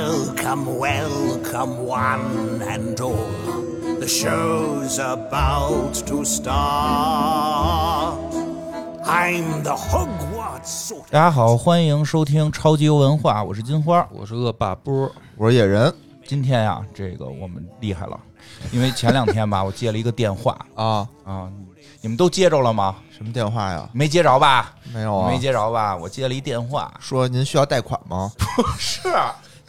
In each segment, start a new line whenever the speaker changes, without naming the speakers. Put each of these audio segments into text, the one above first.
Welcome, welcome, one and all. The show's about to start. I'm the Hogwarts sort.
大家好，欢迎收听超级游文化，我是金花。
我是恶霸波，
我说野人
今天呀、这个我们厉害了，因为前两天吧， 我接了一个电话
啊，
啊，你们都接着了吗？
什么电话呀？
没接着吧？
没有啊，
没接着吧？我接了一电话，
说您需要贷款吗？
是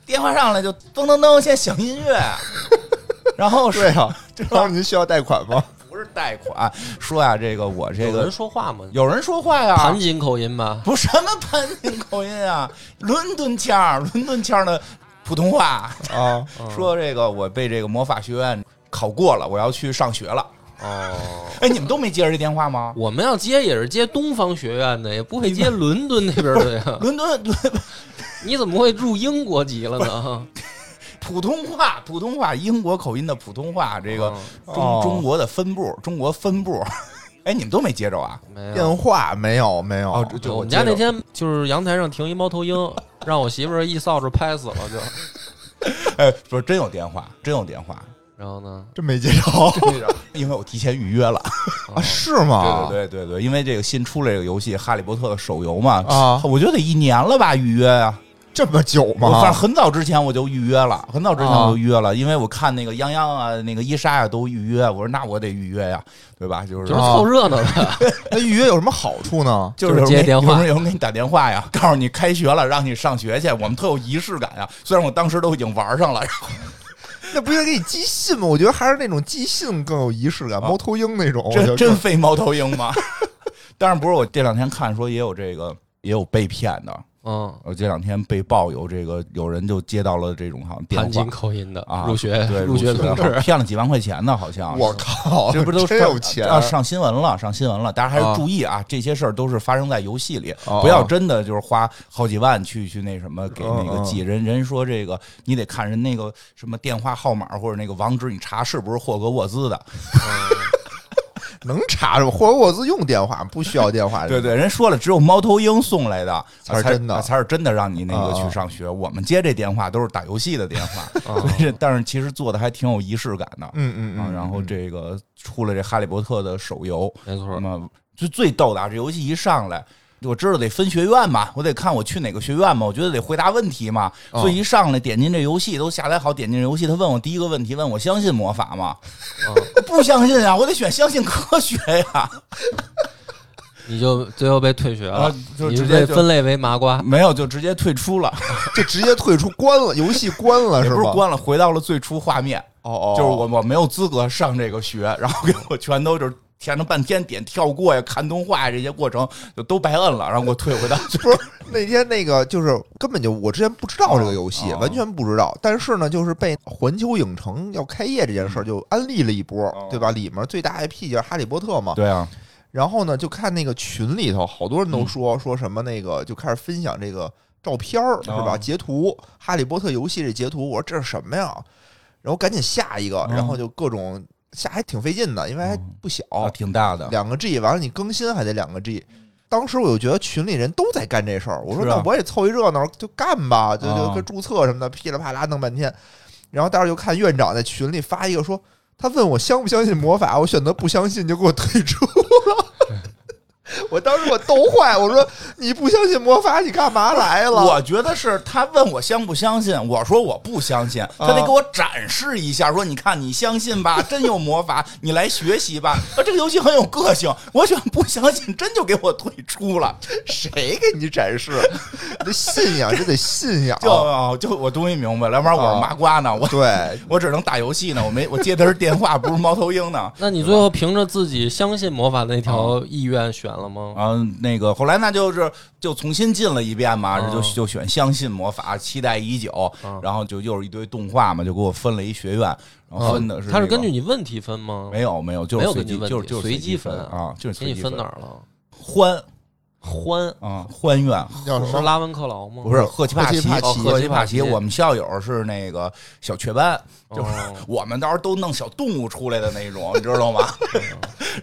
电话上来就噔噔噔，先响音 乐，然后是
对啊呀、 他说您需要贷款吗？
不是贷款？说呀、这个我这
有人
个
说话吗？
有人说话呀，
盘锦口音吧？
不是什么潘金口音啊，伦敦腔儿，伦敦腔儿的普通话。
啊，
说这个我被这个魔法学院考过了，我要去上学了。
哦，
哎，你们都没接着这电话吗？
我们要接也是接东方学院的，也不会接伦敦那边的 呀。
伦敦
你怎么会入英国籍了呢？
普通话，普通话，英国口音的普通话，这个中、
哦
中国的分部，中国分部。哎，你们都没接着啊？
没有。
电话没有没有，
哦，这这
我们
接
家
着
那天就是阳台上停一猫头鹰，让我媳妇儿一扫帚拍死了就。
哎，不是真有电话，真有电话，
然后呢？
这没接着
因为我提前预约了。
啊？是吗？
对对对对对，因为这个新出了这个游戏《哈利波特》的手游嘛，
啊
我觉得得一年了吧，预约啊。
这么久
我
啊
反正
吗？
很早之前我就预约了，很早之前我就预约了，因为我看那个泱泱啊、那个伊莎呀都预约，我说那我得预约呀，对吧？就是
就是凑热闹的，
啊
那预约有什么好处呢？
就是
就是
有人
接
给
电话
有人有人给你打电话呀，告诉你开学了，让你上学去，我们特有仪式感呀。虽然我当时都已经玩上了，然后
那不应该给你寄信吗？我觉得还是那种寄信更有仪式感，猫头鹰那种，
哦
我觉
真
得
真费猫头鹰吗？ 但是不是我这两天看说也有这个也有被骗的，
嗯，
我这两天被曝有这个有人就接到了这种好像电
盘锦
话
口音的
啊，
入学
对
入学通知，
骗了几万块钱呢，好像是
我靠，
这不都
哦真
上
有钱
啊？上新闻了，上新闻了！大家还
啊
是注意啊，这些事儿都是发生在游戏里，
哦
不要真的就是花好几万去去那什么给那个
嗯嗯
寄人。人说这个你得看人那个什么电话号码或者那个网址，你查是不是霍格沃兹的。
能查着？霍格沃兹用电话不需要电话？
对对，人说了，只有猫头鹰送来的啊
哎才是真的
啊才是真的让你那个
啊
去上学。我们接这电话都是打游戏的电话，所以这 但是其实做的还挺有仪式感的。
嗯嗯
啊
嗯，
然后这个出了这《哈利波特》的手游，
没错
那。么就最逗的啊，这游戏一上来。我知道得分学院嘛，我得看我去哪个学院嘛，我觉得得回答问题嘛，
哦
所以一上来点进这游戏都下载好，点进这游戏，他问我第一个问题，问我相信魔法吗？
嗯，
不相信啊，我得选相信科学呀、
你就最后被退学了
啊，就
你
直接
被
就嗯
分类为麻瓜。
没有就直接退出 了，
就直接退出关了，游戏关了
也
是
不是
吗？
关了，回到了最初画面，
哦哦，
就是我我没有资格上这个学，然后给我全都就是填了半天点跳过呀、看动画呀这些过程就都白摁了，然后给我退回到最
不是那天那个，就是根本就我之前不知道这个游戏，
哦
完全不知道。但是呢，就是被环球影城要开业这件
嗯
事儿就安利了一波，对吧？里面最大 IP 就是《哈利波特》嘛。
哦对啊，
然后呢，就看那个群里头，好多人
嗯
都说、说什么那个，就开始分享这个照片儿，是吧？
哦
截图《哈利波特》游戏这截图，我说这是什么呀？然后赶紧下一个，
哦
然后就各种下，还挺费劲的，因为还不小，
啊挺大的，
两个 G，完了你更新还得两个 G。当时我就觉得群里人都在干这事儿，我说
是啊
那我也凑一热闹，就干吧，就
啊
就跟注册什么的噼里啪啦弄半天。然后待会儿就看院长在群里发一个说，他问我相不相信魔法，我选择不相信，就给我退出了。 我当时我逗坏，我说你不相信魔法，你干嘛来了？
我觉得是他问我相不相信，我说我不相信，他得给我展示一下，说你看你相信 吧，真有魔法，你来学习吧。啊，这个游戏很有个性，我选不相信，真就给我退出了。
谁给你展示？你的信仰，这得信仰。
就、就我终于明白了，要不然我是麻瓜呢，我
对，
哦我只能打游戏呢，我没我接的是电话，不是猫头鹰 呢。
那你最后凭着自己相信魔法的那条意愿选了吗？
嗯，那个后来那就是就重新进了一遍嘛，
哦
就就选相信魔法，期待已久，然后就又是一堆动画嘛，就给我分了一学院，然后分的啊是、
他是根据你问题分吗？
没有没有，就
没
是
有
随
根据
机，
问题，
就是就是
随
机
分
啊，就是
给
随
你
机
分哪儿了？
欢
欢
啊，欢院
叫什
是
么？
拉文克劳吗？
不是赫奇帕
赫奇帕奇
哦赫奇帕
赫奇帕奇
我们校友是那个小雀斑，就是
哦
我们到时候都弄小动物出来的那种，你知道 吗？
你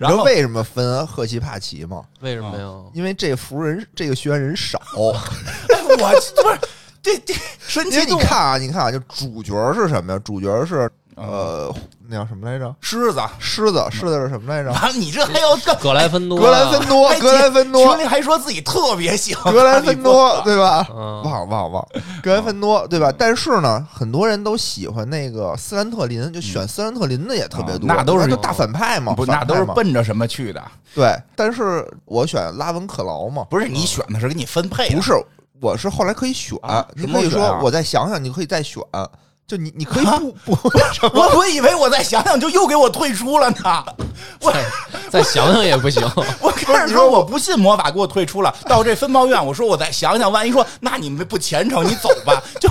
然
知道
后
为什么分赫奇帕奇吗？
为什么呀？
因为这服人这个学员人少，
哎我不是。这这啊神
因
奇
为你
动物
看啊，你看啊，就主角是什么呀？主角是呃，那叫什么来着？
狮子，
狮子，狮子是什么来着？
完了你这还要干？
格莱 芬多啊，
格兰芬多
还，
格兰芬多
群里，还说自己特别喜欢
格兰芬多，对吧？
啊
嗯
忘忘忘，格兰芬多，对吧？但是呢，很多人都喜欢那个斯兰特林，就选斯兰特林的也特别多，
嗯啊那都是
就大反派嘛，
不，
反
那
派
都是
嘛
奔着什么去的？
对。但是我选拉文克劳嘛，
不是你选的是给你分配的，
不是，我是后来可以选
啊，
你
什么
可以
选啊
说我再想想，你可以再选，就你你可以不不
我我以为我再想想就又给我退出了呢。我
再想想也不行，
我开始说我不信魔法给我退出了，到这分包院我说我再想想，万一说那你们不虔诚，你走吧， 就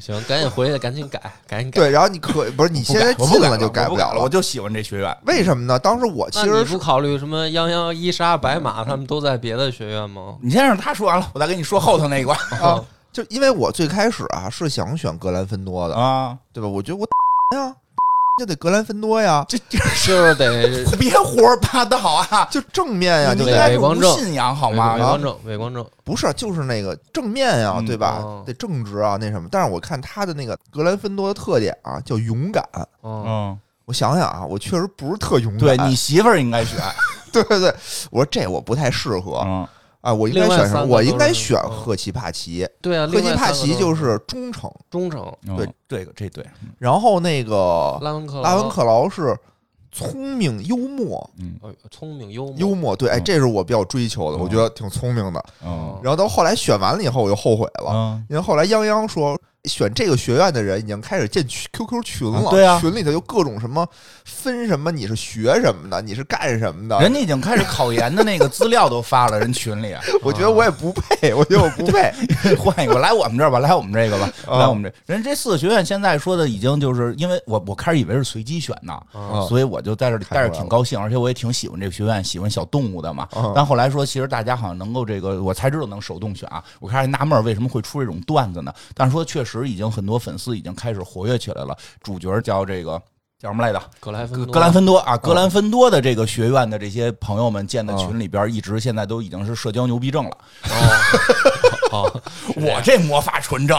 行，赶紧回去，赶紧改，赶紧改。
对，然后你可不是你现在
我不
进
改
了就
改
改
我
了
改了，我就喜欢这学院。
为什么呢？当时我其
那
实
你
是
不考虑什么泱泱、伊莎、白马他们都在别的学 院吗？
你先让他说完了，我再跟你说后头那一 关
啊，就因为我最开始啊是想选格兰芬多的，
啊，
对吧？我觉得我 呀就得格兰芬多呀，
这这
就是得
别胡说八道 啊！
就正面呀，
你
就
应
对
该
得
是
伪
无
光正
信仰好
伪
吗？啊
嗯
光正，伪光正，
不是就是那个正面呀
嗯，
对吧
哦？
得正直啊，那什么。但是我看他的那个格兰芬多的特点啊，叫勇敢。
嗯，
嗯，
我想想啊，我确实不是特勇
对
敢。
你媳妇儿应该 选，
对对对，我说这我不太适合
嗯
啊，我应该选
另外
什
三
么？
个
我应该选
都是
赫奇帕奇。
对啊，
赫
另
奇
外
帕
三个
奇
都嗯
就是忠诚，
忠诚，
对
这个嗯这对，
然后那个
拉文克劳，
拉文克劳是聪明幽默，
嗯
哎呦，聪明幽默，
幽默对，哎，
嗯
这是我比较追求的，
嗯
我觉得挺聪明的。
嗯
然后到后来选完了以后，我就后悔了，
嗯
因为后来泱泱说选这个学院的人已经开始建群 QQ 群
嗯
了，
啊对啊
群里头就各种什么分什么你是学什么的，你是干什么的，
人家已经开始考研的那个资料都发了，人群里啊
我觉得我也不配，我觉得我不 配，
换一个，来我们这儿吧，来我们这个吧，
啊
来我们这人这四个学院现在说的已经就是因为我我开始以为是随机选呢，
啊
所以我就在这里
哦看出来
待
了
着挺高兴，而且我也挺喜欢这个学院，喜欢小动物的嘛
嗯。
但后来说，其实大家好像能够这个，我才知道能手动选啊。我开始纳闷儿为什么会出这种段子呢？但是说确实已经很多粉丝已经开始活跃起来了。主角叫这个叫什么来着？
格莱芬
格
多，
格兰芬多啊，格兰芬多的这个学院的这些朋友们建的
嗯
群里边，一直现在都已经是社交牛逼症了。
哦， 哦，
我这魔法纯正，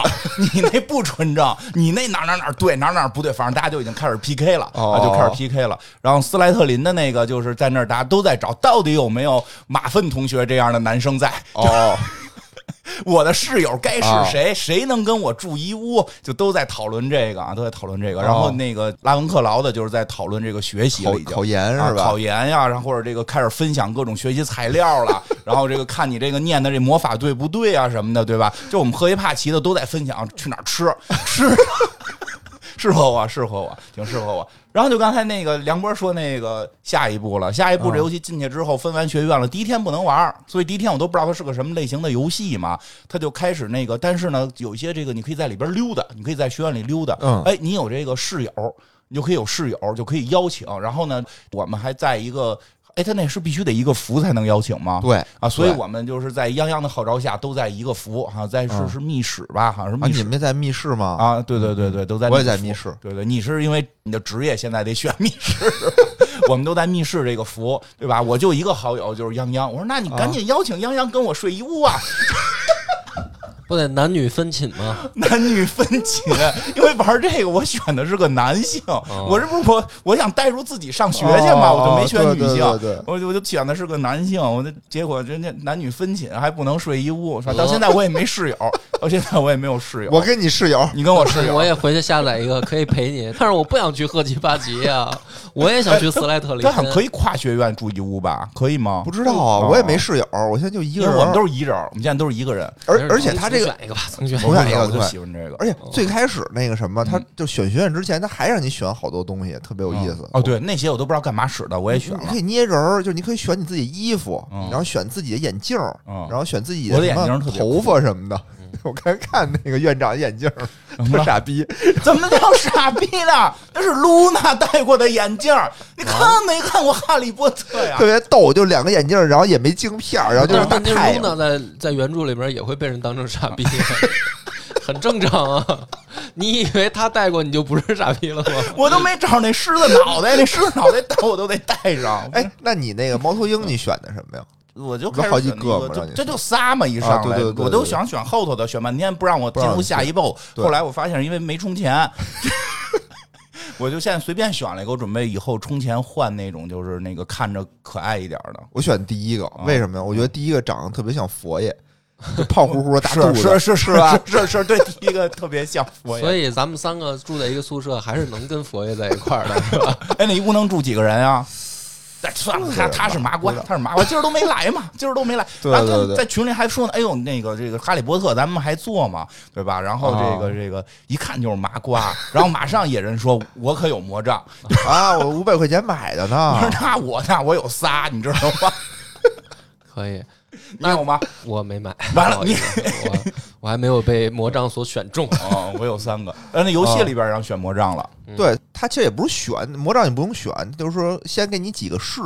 你那不纯正，你那哪哪哪对，哪哪不对，反正大家就已经开始 PK 了，
哦
啊，就开始 PK 了。然后斯莱特林的那个就是在那儿，大家都在找到底有没有马粪同学这样的男生在。
哦，
我的室友该是谁？谁能跟我住一屋？就都在讨论这个啊，都在讨论这个。然后那个拉文克劳的就是在讨论这个学习
考
了，已经
考研是
啊
吧
考？研呀，然后或者这个开始分享各种学习材料了， 然后这个看你这个念的这魔法对不对啊什么的，对吧？就我们喝一帕奇的都在分享去哪儿吃， 吃 适合我，适合我，挺适合我。然后就刚才那个梁波说那个下一步了，下一
嗯
步这游戏进去之后分完学院了，第一天不能玩儿，所以第一天我都不知道它是个什么类型的游戏嘛，它就开始那个，但是呢，有一些这个你可以在里边溜达，你可以在学院里溜达，
嗯
哎，你有这个室友，你就可以有室友，就可以邀请。然后呢，我们还在一个，哎，他那是必须得一个服才能邀请吗？
对
啊，所以
对
我们就是在泱泱的号召下，都在一个服，好、像在是
嗯
是密室吧，好像是
啊，
密
你
室。
们在密室吗？
啊，对对对对，都在那
嗯我
个
也
服。
在密室
对对，你是因为你的职业现在得选密室， 我们都在密室这个服，对吧？我就一个好友就是泱泱，我说那你
啊
赶紧邀请泱泱跟我睡一屋啊，
不得男女分寝吗？
男女分寝，因为玩这个我选的是个男性，
啊
我这不是我我想带入自己上学去嘛，
哦
我就没选
对
女
对
性，
对对
我就我就选的是个男性，我就结果人家男女分寝还不能睡一屋，反正到现在我也没室友， 到现在我也没有室友，
啊我跟你室友，
你跟我 室
啊
友
我。也回去下载一个可以陪你，但是我不想去赫奇帕奇呀，我也想
哎
去斯莱特林。
他好像可以跨学院住一屋吧？可以吗
不？知道啊，我也没室友，我现在就一
因
个
为
人。
我们都是一人儿，我们现在都是一个人。
而而且他这个，
重选一个吧，重选一
我
个
想一个
我就
对
喜欢这个。
而且最开始那个什
嗯
么，他就选学院之前，他还让你选好多东西，特别有意思。
哦，对，那些我都不知道干嘛使的，我也选
你
了
可。以捏人儿，就是你可以选你自己衣服，
嗯
然后选自己的眼镜儿，
嗯
然后选自己
我的
什么
眼镜儿特别酷嗯
头发什么的。 我刚才看那个院长眼镜儿，
啊
特傻逼。
怎么叫傻逼呢？那是露娜戴过的眼镜儿，你看没看过《哈利波特》呀
特？别逗，就两个眼镜儿，然后也没镜片儿，然后就是大
但是
太
问题是
阳。
Luna 在在原著里边也会被人当成傻逼，啊 很正常啊。你以为他带过你就不是傻逼了吗？
我都没找那 狮子脑袋，那狮子脑袋戴我都得戴上。
哎哎，那你那个猫头鹰你选的什么呀？
我就开始
有好几
选那
个嘛
就
让你
这就仨嘛一
啊
上
对
来，
对对对
我都
对
想选后头的，选半天不让我进
让
入
你
下一步。
对
后来我发现是因为没充钱， 我就现在随便选了一个，我准备以后充钱换那种就是那个看着可爱一点的。
我选第一个，
啊
为什么呀？我觉得第一个长得特别像佛爷，就胖乎乎的大肚
嗯是啊
子，
是是
是吧？
是是，对，第一个特别像佛爷。
所以咱们三个住在一个宿舍，还是能跟佛爷在一块儿的，是吧？
哎，那一屋能住几个人啊？ 哎，算了，他他是麻瓜，他是麻瓜，今儿都没来 嘛，今儿都没来。
对
咱
对
们
对
在群里还说呢，哎呦，那个这个《哈利波特》，咱们还做嘛，对吧？然后这个这个一看就是麻瓜，然后马上野人说，我可有魔杖，
啊，我五百块钱买的
我说
呢。
那我那我有仨，你知道吗？
可以，
你有 吗？
我没买，
完了
不好意思我我还没有被魔杖所选中。
哦，我有三个。呃，那游戏里边让选魔杖了，
对他其实也不是选魔杖，也不用选，就是说先给你几个试，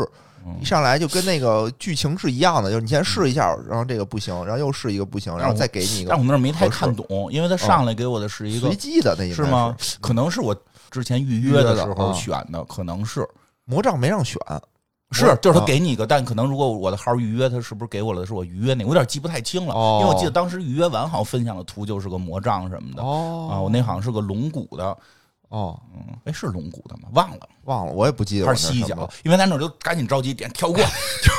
嗯
一上来就跟那个剧情是一样的，就是你先试一下，然后这个不行，然后又试一个不行，然后再给你一
嗯
个
但我们那儿没太
合适
看懂，因为他上来给我的是一个
随机的那应该
是吗？？可能是我之前预约
预约
的
的
时候
啊
选的，可能是。
魔杖没让选，
是，就是他
啊
给你一个，但可能如果我的号预约，他是不是给我了的是我预约那个，我有点记不太清了，
哦
因为我记得当时预约完好像分享的图就是个魔杖什么的、啊，我
哦
那好像是个龙骨的，
哦，
嗯，哎是龙骨的吗？忘了，
忘了，我也不记得我
还
那
是
什
犀
么
角
了。？
啊因为咱这就赶紧着急点跳过，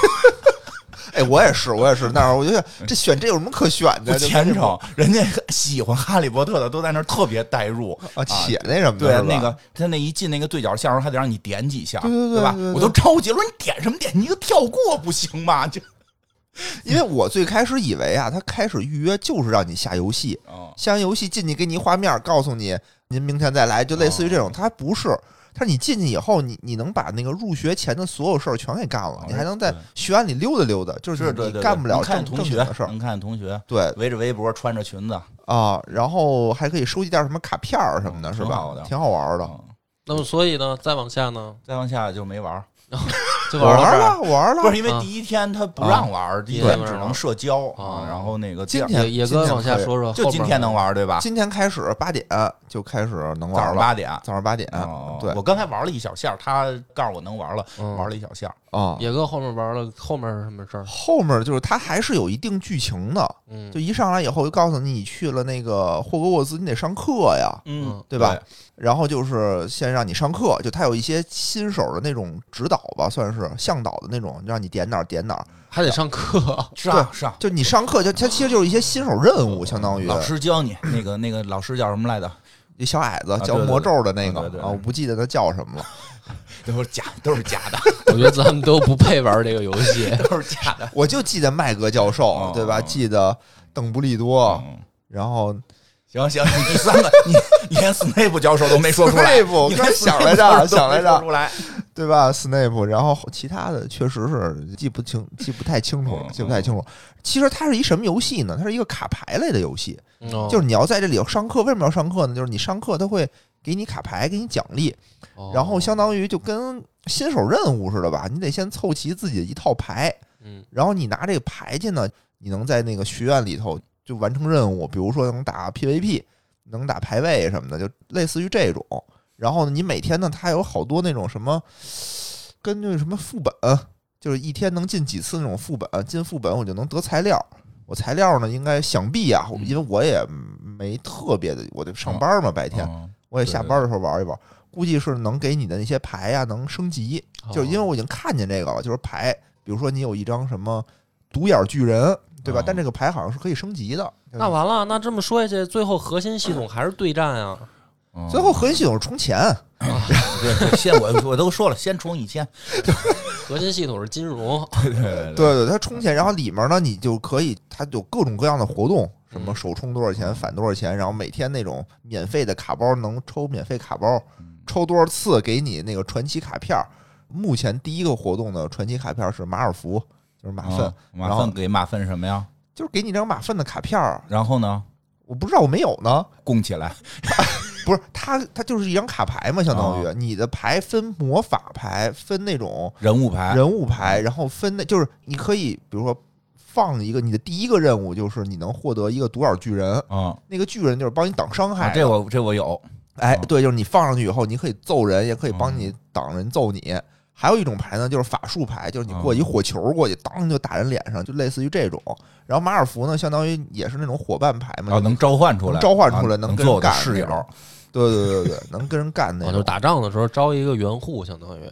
哎，我也是，我也是，那会儿我就想，这选这有什么可选
不
的？就
虔诚，人家喜欢哈利波特的都在那儿特别代入。
啊，且那什么的
对
是，吧
那个他那一进那个对角线时候，还得让你点几下，
对对对
吧
对对？
我都着急了，我说你点什么点？你一个跳过不行吗？就
因为我最开始以为啊，他开始预约就是让你下游戏，
啊，
下完游戏进去给你一画面，告诉你您明天再来，就类似于这
哦
种。他还不是，他你进去以后，你你能把那个入学前的所有事儿全给干了，你还能在
哦对
学院里溜达溜达，就是
是
你
对对，
你干不了
能看
正
同
正经
学嗯
的事，儿。
能看同学，
对
围着围脖，穿着裙子，
啊，然后还可以收集点什么卡片儿什么的，
嗯
是
挺
吧
好的？
挺好玩的。
嗯
那么所以呢，再往下呢，
再往下就没玩儿，
就
玩
玩到这儿
了，玩
不
了
是。因为
啊
第一天他不让玩儿，第一天只能社交
啊
然后那个
啊今
第二
天
野野哥
今天
往下
可以
说说，
就今天能
玩。
玩儿对吧？
今天开始八点就开始能
早
玩
上
了，
八点。
早上八点
哦，
对
我刚才玩了一小下儿，他告诉我能玩了，
嗯
玩了一小下儿。
啊。
野哥后面玩了，后面是什么事儿？
后面就是它还是有一定剧情的，
嗯
就，一上来以后就告诉你，你去了那个霍格沃兹，你得上课呀，
嗯
对吧？然后就是先让你上课，就他有一些新手的那种指导吧，算是向导的那种，让你点哪儿点哪儿。
还得上课。
是啊，是啊。
就你上课就它其实就是一些新手任务，相当于
嗯老师教你那 个那个老师叫什么来着？
一小矮子
啊对
教
对
魔
对
咒的那个
啊对对
啊，我不记得他叫什么了。
都是假，都是假 的，
我觉得咱们都不配玩这个游戏。
都是假的。
我就记得麦格教授
哦，
对
哦
吧？记得邓布利多，
嗯
然后
行行，你第三个，你你连斯内普教授都没说出来，
Snape，我
你
刚
连
想
Snape
来着
教授都
想来
没
着
说出来。
对吧？Snape，然后其他的确实是记不清、记不太清楚了
嗯，
记不太清楚。其实它是一什么游戏呢？它是一个卡牌类的游戏，
嗯
就
就是你要在这里上课，为什么要上课呢？就是你上课，它会给你卡牌，给你奖励，
哦
然后相当于就跟新手任务似的吧，你得先凑齐自己的一套牌，
嗯，
然后你拿这个牌去呢，你能在那个学院里头就完成任务，比如说能打 PVP，能打排位什么的，就类似于这种。然后呢，你每天呢，它有好多那种什么，根据什么副本，就是一天能进几次那种副本，进副本我就能得材料。我材料呢，应该想必啊，
嗯
因为我也没特别的，我得上班嘛，白天。
哦
嗯
我也
对
下班的时候玩一玩，估计是能给你的那些牌呀、能升级，就是因
哦
为我已经看见这个了，就是牌，比如说你有一张什么独眼巨人，对吧？
哦
但这个牌好像是可以升级的，
那完了，那这么说下去，最后核心系统还是对战啊。
嗯
最后核心系统是充钱，
哦对，先我我都说了，先充一千，
核心系统是金融，
对对
对对，它充钱，然后里面呢你就可以，它有各种各样的活动，什么
嗯
首充多少钱，返多少钱，然后每天那种免费的卡包能抽免费卡包，
嗯
抽多少次给你那个传奇卡片儿。目前第一个活动的传奇卡片儿是马尔福，就是马粪，
嗯哦马
然后
粪给马粪什么呀？
就是给你张马粪的卡片儿，
然后呢，
我不知道我没有呢，
供起来，
不是它它就是一张卡牌嘛，相
哦
当于、你的牌分魔法牌，分那种
人物牌，
人物牌，然后分那就是你可以比如说放一个你的第一个任务就是你能获得一个独眼巨人，
嗯，
那个巨人就是帮你挡伤害
啊
的，
这我这我有，
哎
嗯哦
对，就是你放上去以后，你可以揍人，也可以帮你挡人揍你。还有一种牌呢，就是法术牌，就是你
哦
过一火球过去，当就打人脸上，就类似于这种。然后马尔福呢，相当于也是那种伙伴牌嘛，
啊，
就
能召唤出来，
能召唤出来
啊
能
能
跟
做我的
干
室
那种
友，
对对对对，能跟人 干那
哦，就
种
是。打仗的时候招一个援护，相当于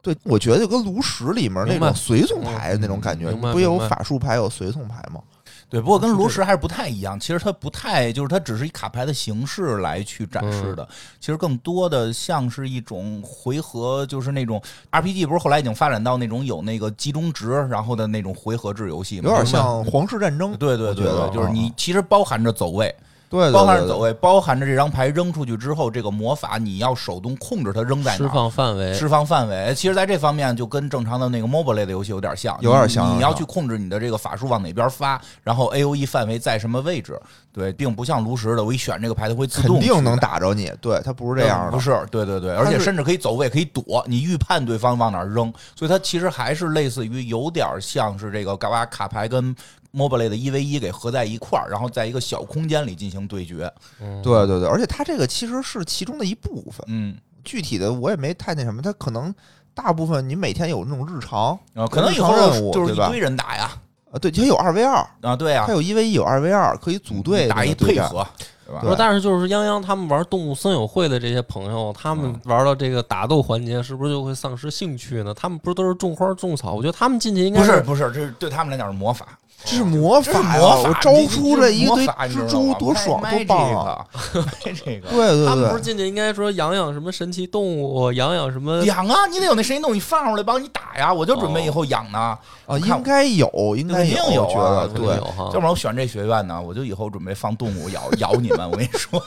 对，我觉得就跟炉石里面那
明白
种随从牌那种感觉，
明白
不也有
明白
法术牌有随从牌吗？
对，不过跟炉石还是不太一样。其实它不太，就是它只是以卡牌的形式来去展示
嗯
的。其实更多的像是一种回合，就是那种 RPG，不是后来已经发展到那种有那个集中值，然后的那种回合制游戏吗？
有点像皇室战争，
对对对
我
对，
觉得嗯
就是你其实包含着走位，
对对对
包含着
对
走位，包含着这张牌扔出去之后，这个魔法你要手动控制它扔在哪
释
儿。
放范围，
释放范围，其实在这方面就跟正常的那个 MOBA 类的游戏有点像，
有点像
你
有点像
你要去控制你的这个法术往哪边发，然后 A O E 范围在什么位置？对，并不像炉石的，我一选这个牌它会自
肯
动
定能
去
打着你。对，它不是
对。
这样的，
不是，对对对，
它
而且
是
甚至可以走位，可以躲，你预判对方往哪儿扔，所以它其实还是类似于有点像是这个嘎巴卡牌跟 MOBA 类的一 v 一给合在一块儿，然后在一个小空间里进行对决。
嗯
对对对，而且它这个其实是其中的一部分，
嗯，
具体的我也没太那什么，它可能大部分你每天有那种日常
啊，可能以后
日常任务
就是
对
一
吧
堆人打呀，
啊，对，它有二 v 二，
啊，对呀
它，有一 v 一，有二 v 二，可以组队
打一
对
配
战。
合，对吧
不？是，但是就是泱泱他们玩动物森友会的这些朋友，他们玩到这个打斗环节，是不是就会丧失兴趣呢？他们不是都是种花种草？我觉得他们进去应该
不是
是
不是，这是对他们来讲是魔法，
这是魔法呀，
魔法
我招出了一堆蜘蛛，多爽多棒啊！
啊！这个
对对
他们不
对，
是进去应该说养养什么神奇动物，养养什么？
养啊，你得有那神奇动物，你放出来帮你打呀，我就准备以后养呢。
啊，
看
应该有，应该
肯定哦有
我
啊
觉得
肯定
对
有。哈
要不。然我选这学院呢，我就以后准备放动物咬咬你们。我跟你说，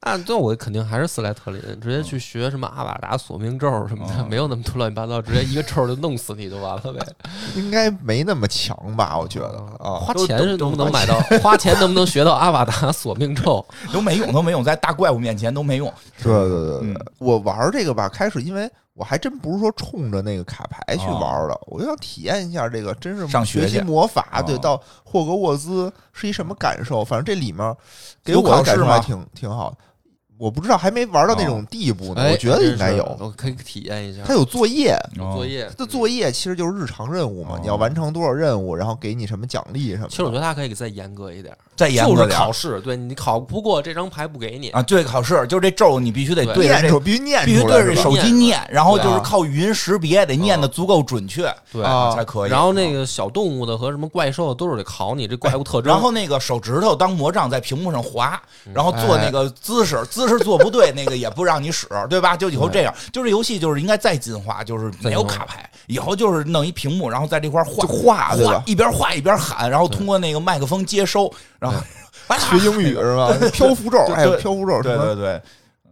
那对啊我肯定还是斯莱特林，直接去
嗯
学什么阿瓦达索命咒什么
哦
的，没有那么多乱七八糟，直接一个咒就弄死你就完了呗。
应该没那么强吧？我觉得啊，
花钱是能不能买到？ 花钱能不能学到阿瓦达索命咒？
都没用，都没用，在大怪物面前都没用。
对对对对
嗯
对，我玩这个吧，开始因为我还真不是说冲着那个卡牌去玩的，我就想体验一下这个，真是
哦上学
学习
去
魔法，
哦
对，到霍格沃兹是一什么感受？反正这里面给
有
我的
考
感
试
受还
吗
挺挺好的。我不知道，还没玩到那种地步
哎
呢。我觉得应该有，
哎
哦
我可以体验一下
它。有作业，
作业嗯
它的作业其实就是日常任务嘛，
哦
你要完成多少任务，然后给你什么奖励什么的。
其实我觉得他可以再严格一点，
再严
就
格
是
点
考
儿
试，对你考不过这张牌不给你。
啊，对，考试就是这咒你必须得
对
对着
念
这
出。必须念
必须
出来
对
是
着
吧，
手机念，然后就
对
是
啊
靠语音识别，得念的足够准确，
对
啊
才可以。
哦然后那个小动物的和什么怪兽都是得考你这怪物特征。
然后那个手指头当魔杖在屏幕上划，
嗯
然后
哎
做那个姿势，姿势做不对，那个也不让你使，对吧？就以后这样，
嗯
就这游戏就是应该再进化，就是没有卡牌，以后就是弄一屏幕，然后在这块画画
对吧
画，一边画一边喊，然后通过那个麦克风接收，然后啊
学英语 是吧？漂浮咒，哎，漂浮咒，什
对
么
对对，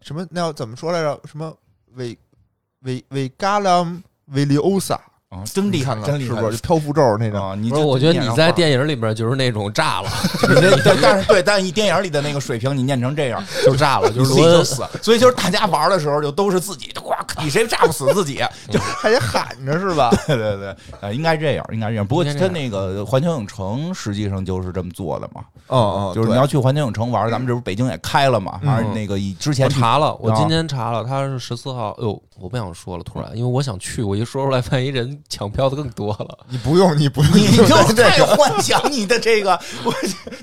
什么那要怎么说来着？什么维维维嘎拉维利欧萨，
啊真厉害
看，看
真厉
是
害
不是漂浮咒那种？
啊！你
不
这
是，我觉得你在，
影，
电影里边就是那种炸了，
你这对但是对，但是你电影里的那个水平，你念成这样，
就炸了，
就
就
是自己
罗
就
恩。
死，所以就是大家玩的时候就都是自己，哇，比谁炸不死自己，就
还得喊着是吧？
对对对，呃，应该这样，应该这样。不过
应该这
它
样
那个环球影城实际上就是这么做的嘛，
嗯嗯，
就是你要去环球影城玩，咱们这不是北京也开了
嗯
嘛？还是那个以之前
我查了，我
啊
今天查了，他是十四号。哎呦，我不想说了，突然，因为我想去，我一说出来，万一人抢票的更多了。
你不用，你不用，
你就
嗯对
太幻想你的这个，我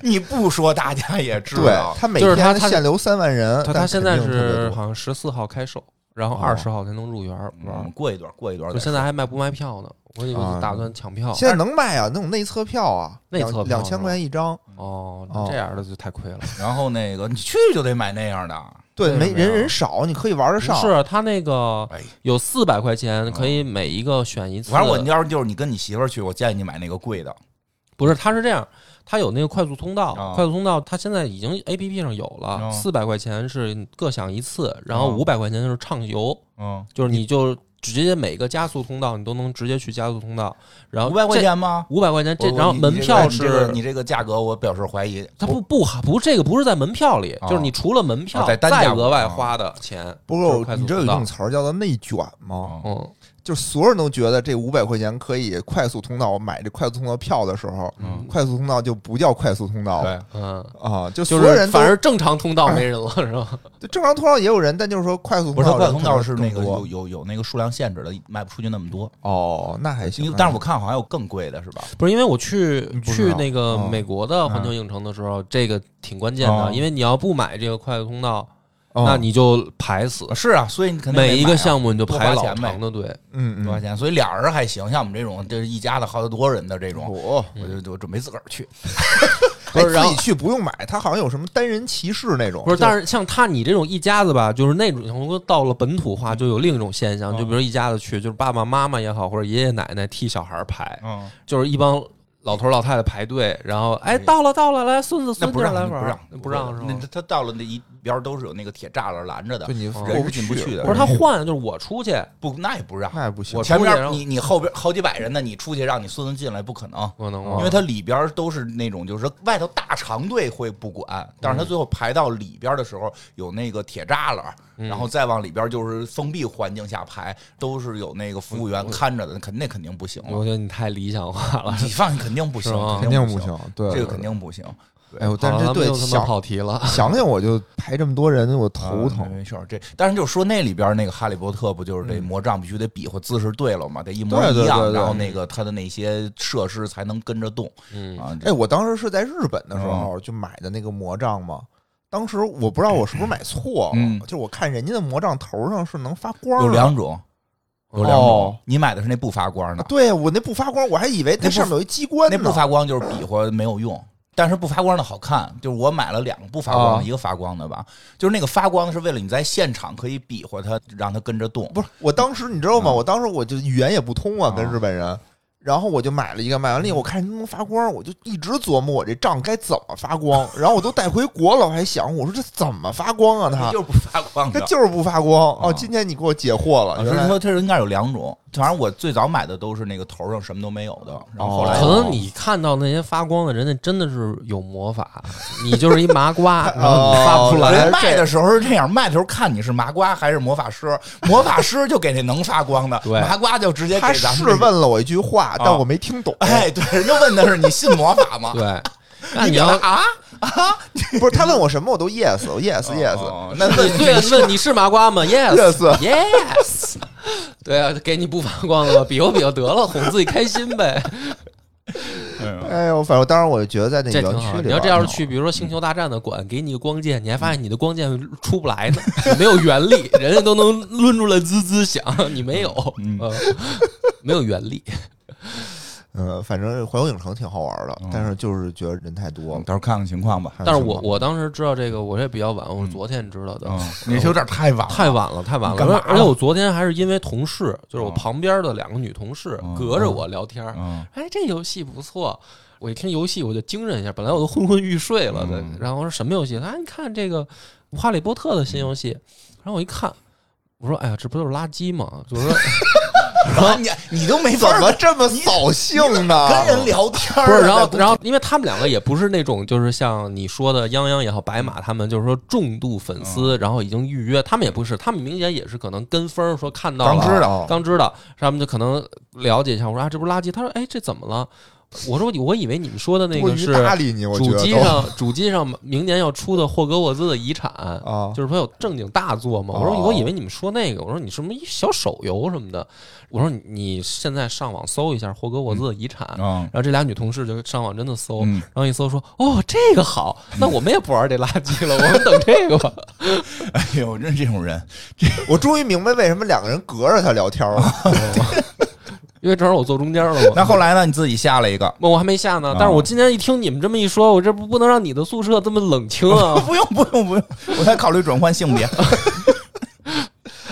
你不说大家也知
对
道，
他每
就是他
天
他
限流三万人，
他他
但
现在
肯定特别
是
多
好像十四号开售，然后
哦
二十号才能入园玩
嗯，。过一段过一段
就
再说，
现在还卖不卖票呢？我以为你打算抢票。
啊
哦
现在能卖啊，那种内测票啊，
内测票
两两千块钱一张，
哦，
哦
那这样的就太亏了。
然后那个你去就得买那样的，
对，
对
没
没有
人人少，你嗯可以玩得
不
上。
是他那个
哎呀
有四百块钱，可以每一个选一次。
反正我要是就是你跟你媳妇儿去，我建议你买那个贵的，
不是，他是这样，他有那个快速通道，
哦
啊
快速通道他现在已经 A P P 上有
啊
了，四百、块钱是各享一次，然后
哦
啊
五百块钱就是畅游，
嗯，
就是你就直接每个加速通道你都能直接去加速通道，然后
五百块。钱吗？
五百块钱，这
我我
然后
你
门
这个
票
你这个
是
你这个价格，我表示怀疑。
它不不不，这个不是在门票里，
啊
就是你除了门票
啊在单价
再额外
啊
花的钱。
不
就是
过
快速
你知道有一
通道
种词儿叫做内卷吗？
嗯，
就是所有人都觉得这五百块钱可以快速通道买这快速通道票的时候，
嗯
快速通道就不叫快速通道了
对，
嗯，
啊，就所
就
有人
是
都
反正正常通道没人了，是吧？
对正常通道也有人，但就是说快速
不
通
是
道
它快
人
通道
可
是
能
那个
更多
有有有那个数量限制的，卖不出去那么多。
哦，那还
因
行
为，但是我看好像有更贵的，是吧？
不是，哦因为我去
不知
去
道
那个
嗯
美国的环球影城的时候，这个挺关键
哦
的，因为你要不买这个快速通道，
哦
那你就排死，
是啊，所以你肯定
每一个项
目
目你就
多
排
花
老
钱呗
长的队。
嗯
多少
嗯，
钱？所以俩人还行，像我们这种就是一家子好多人的这种，
我
我就就准备自个儿去。
哦
不是
哎
然
自
后
己去不用买，它好像有什么单人骑士那种，
不是，
就
但是像他你这种一家子吧，就是那种，如果到了本土化，就有另一种现象，就比如一家子去，就是爸爸妈妈也好，或者爷爷奶奶替小孩排，
嗯，
就是一帮老头老太太排队，然后哎，到了到了，来孙子
那
孙
不
女
让
来
不
玩
让，
不让是
那
吗
他？他到了那一边都是有那个铁栅栏拦着的，
就你
人
过
是进不去的
哦不是他换，就是我出去，
不那也不让。
那也不行
我，
前
出去
边
让
你你后边好几百人呢，你出去让你孙子进来不可能，
可能
因
吗
为？它里边都是那种就是外头大长队会不管，但
嗯
是它最后排到里边的时候有那个铁栅栏，
嗯
然后再往里边就是封闭环境下排，都是有那个服务员看着的，那肯那肯定不行了
嗯我觉得你太理想化了。
你放肯定不行
是吗，
肯定
定
不行
行，，
对，
这个肯定不行。
对。哎呦，但是这
好了咱们
对
又他妈
想
跑题了，
想想我就排这么多人，我头
啊
疼。
没事儿，这但是就说那里边那个哈利波特不就是
嗯
这魔杖必须得比划姿势对了嘛，得一模
对对
一样，
对对
然后那个它的那些设施才能跟着动
嗯，
啊。
哎，我当时是在日本的时
嗯
候就买的那个魔杖嘛，当时我不知道我是不是买错了，
嗯
就是我看人家的魔杖头上是能发光的，
有两种，有两种
嗯哦，
你买的是那不发光的，
对我那不发光，我还以为它
那不
上面有一机关
那
呢。
不发光就是比划没有用。但是不发光的好看，就是我买了两个不发光的，
啊
一个发光的吧，就是那个发光的是为了你在现场可以比划它，让它跟着动。
不是，我当时你知道吗？
嗯
我当时我就语言也不通啊，跟日本人。然后我就买了一个，买完
嗯
了以后我看人能发光，我就一直琢磨我这杖该怎么发光。 然后我都带回国了，我还想我说这怎么发光啊？它
就是不发光
它
的，
就是不发光。
哎啊
哦，今天你给我解惑了，
啊，是
原来
它它应该有两种，反正我最早买的都是那个头上什么都没有的，然后后来
哦可能你看到那些发光的人，那真的是有魔法，你就是一麻 瓜，然后你发不出
哦人
来。
卖的时候是这样，卖的时候看你是麻瓜还是魔法师， 魔法师就给那能发光的，
对
麻瓜就直接
他
给
是
咱们这
问
个。啊
了我一句话，但我没听懂。
哎，对，人家问的是你信魔法吗？
对，那
你
你要
表达啊，
不是他问我什么，我都 yes，我 yes
哦
yes。
那问
对啊，问你是麻瓜吗
Yes
？Yes，Yes。对 啊，给你不发光了吧？ 比划比划得了，哄自己开心呗。
哎呦，反正当时我就觉得在那
这
园
挺
区
好。
里，
你要这要是去，，比如说《星球大战》的馆，给你个光剑，你还发现你的光剑出不来呢，你没有原力，人家都能抡出来滋滋响，你没有，呃没有原力。
嗯，反正环球影城挺好玩
嗯
的，但是就是觉得人太多
我
了
们。到时候看看情况吧。
还有
但是
什么
我我当时知道这个，我这比较晚，我是昨天知道的。
嗯，你有点太晚了，
太晚了，太晚
你干嘛
了！而且我昨天还是因为同事，就是我旁边的两个女同事，隔着我聊天儿，
嗯
哎，这游戏不错。我一听游戏我就精神一下，本来我都昏昏欲睡了的。
嗯
然后我说什么游戏？他、哎、你看这个《哈利波特》的新游戏。然后我一看，我说哎呀，这不就是垃圾吗？我 说
啊，你你都没
怎
法
么这么扫兴呢？
跟人聊天儿啊
不是。然后
在
然后，因为他们两个也不是那种就是像你说的泱泱也好，白马他们就是说重度粉
嗯
丝，然后已经预约，他们也不是，他们明显也是可能跟风儿说看到了，
刚知道
刚知道，他们就可能了解一下。我说啊，这不是垃圾？他说哎，这怎么了？我说我以为你们说的那
多
个
余
是
搭理你，我觉
主
得
机
都
上主机上明年要出的霍格沃兹的遗产
啊
就是说有正经大作嘛。我说
哦
我以为你们说那个，我说你什么一小手游什么的，我说你你现在上网搜一下霍格沃兹的遗产。
啊
嗯
然后这俩女同事就上网真的搜，
嗯
然后一搜说哦这 个好，那我们也不玩这垃圾了，我们等这个吧。
哎呦，真是这种人，
我终于明白为什么两个人隔着他聊天了。
因为正好我坐中间了嘛。
那后来呢？你自己下了一个，
我我还没下呢，
啊
但是我今天一听你们这么一说，我这不不能让你的宿舍这么冷清啊！
不用不用不用，我在考虑转换性别。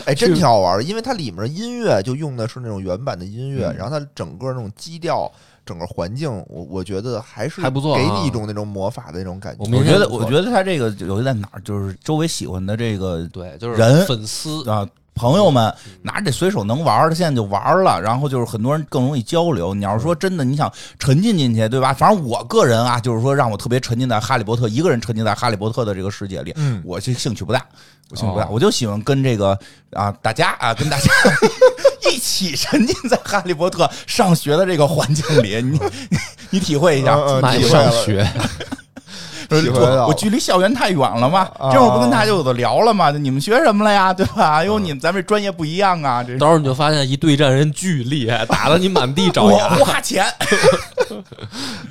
哎，真挺好玩的，因为它里面音乐就用的是那种原版的音乐，
嗯
然后它整个那种基调、整个环境，我我觉得还是
还不错啊
给你一种那种魔法的那种感觉
我。
我
明
觉
天
得，
不
我
错
觉得他这个有在哪儿，就是周围喜欢的这个
对，就是
人
粉丝
啊，朋友们拿着这随手能玩儿的，现在就玩儿了，然后就是很多人更容易交流。你要是说真的，你想沉浸进去，对吧？反正我个人啊，就是说让我特别沉浸在《哈利波特》一个人沉浸在《哈利波特》的这个世界里，
嗯
我就兴趣不大，我兴趣不大，
哦
我就喜欢跟这个啊大家啊跟大家 一起沉浸在《哈利波特》上学的这个环境里，你你你体会一下。
嗯嗯
买
体会
上
了
学，
体会到
我我距离校园太远了嘛，
啊嗯
这会儿不跟大家有的聊了嘛？你们学什么了呀？对吧？哟，你们咱们这专业不一样啊，这是
到时候你就发现一对战人巨厉害，打得你满 地找
我
牙。
花钱，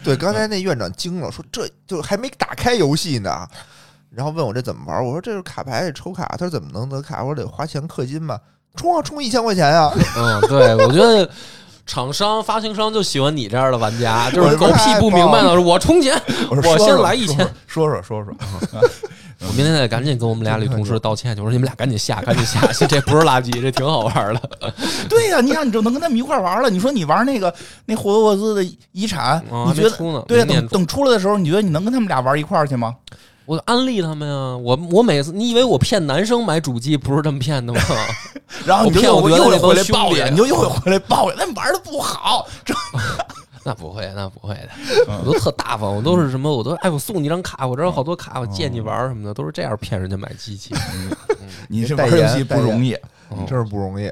对，刚才那院长惊了，说这就还没打开游戏呢，然后问我这怎么玩儿，我说这是卡牌得抽卡，他说怎么能得卡？我说得花钱氪金嘛，充啊充一千块钱啊，
嗯，对，我觉得厂商、发行商就喜欢你这样的玩家，就是狗屁不明白的，我充钱，
我
我先来一千。嗯
说说说说，
我明天得赶紧跟我们俩女同事道歉去，我说你们俩赶紧下，赶紧下，这不是垃圾，这挺好玩的。
对呀、你看你就能跟他们一块玩了。你说你玩那个那霍格沃兹的遗产，
哦
你觉
还没出呢
得对呀、
明年
等等出来的时候，你觉得你能跟他们俩玩一块儿去吗？
我安利他们呀，我我每次你以为我骗男生买主机不是这么骗的吗？
然后你就
我骗
又会
我觉得
又会回
那帮
来
兄
抱
弟啊
怨，你就又会回来抱怨，他们玩的不好，这
那不会，那不会
嗯
的，我都特大方，我都是什么，我都哎，我送你一张卡，我这儿有好多卡，我借
哦
你玩儿什么的，都是这样骗人家买机器。
你这
代
玩
言
游戏不容易，
嗯
真是不容易。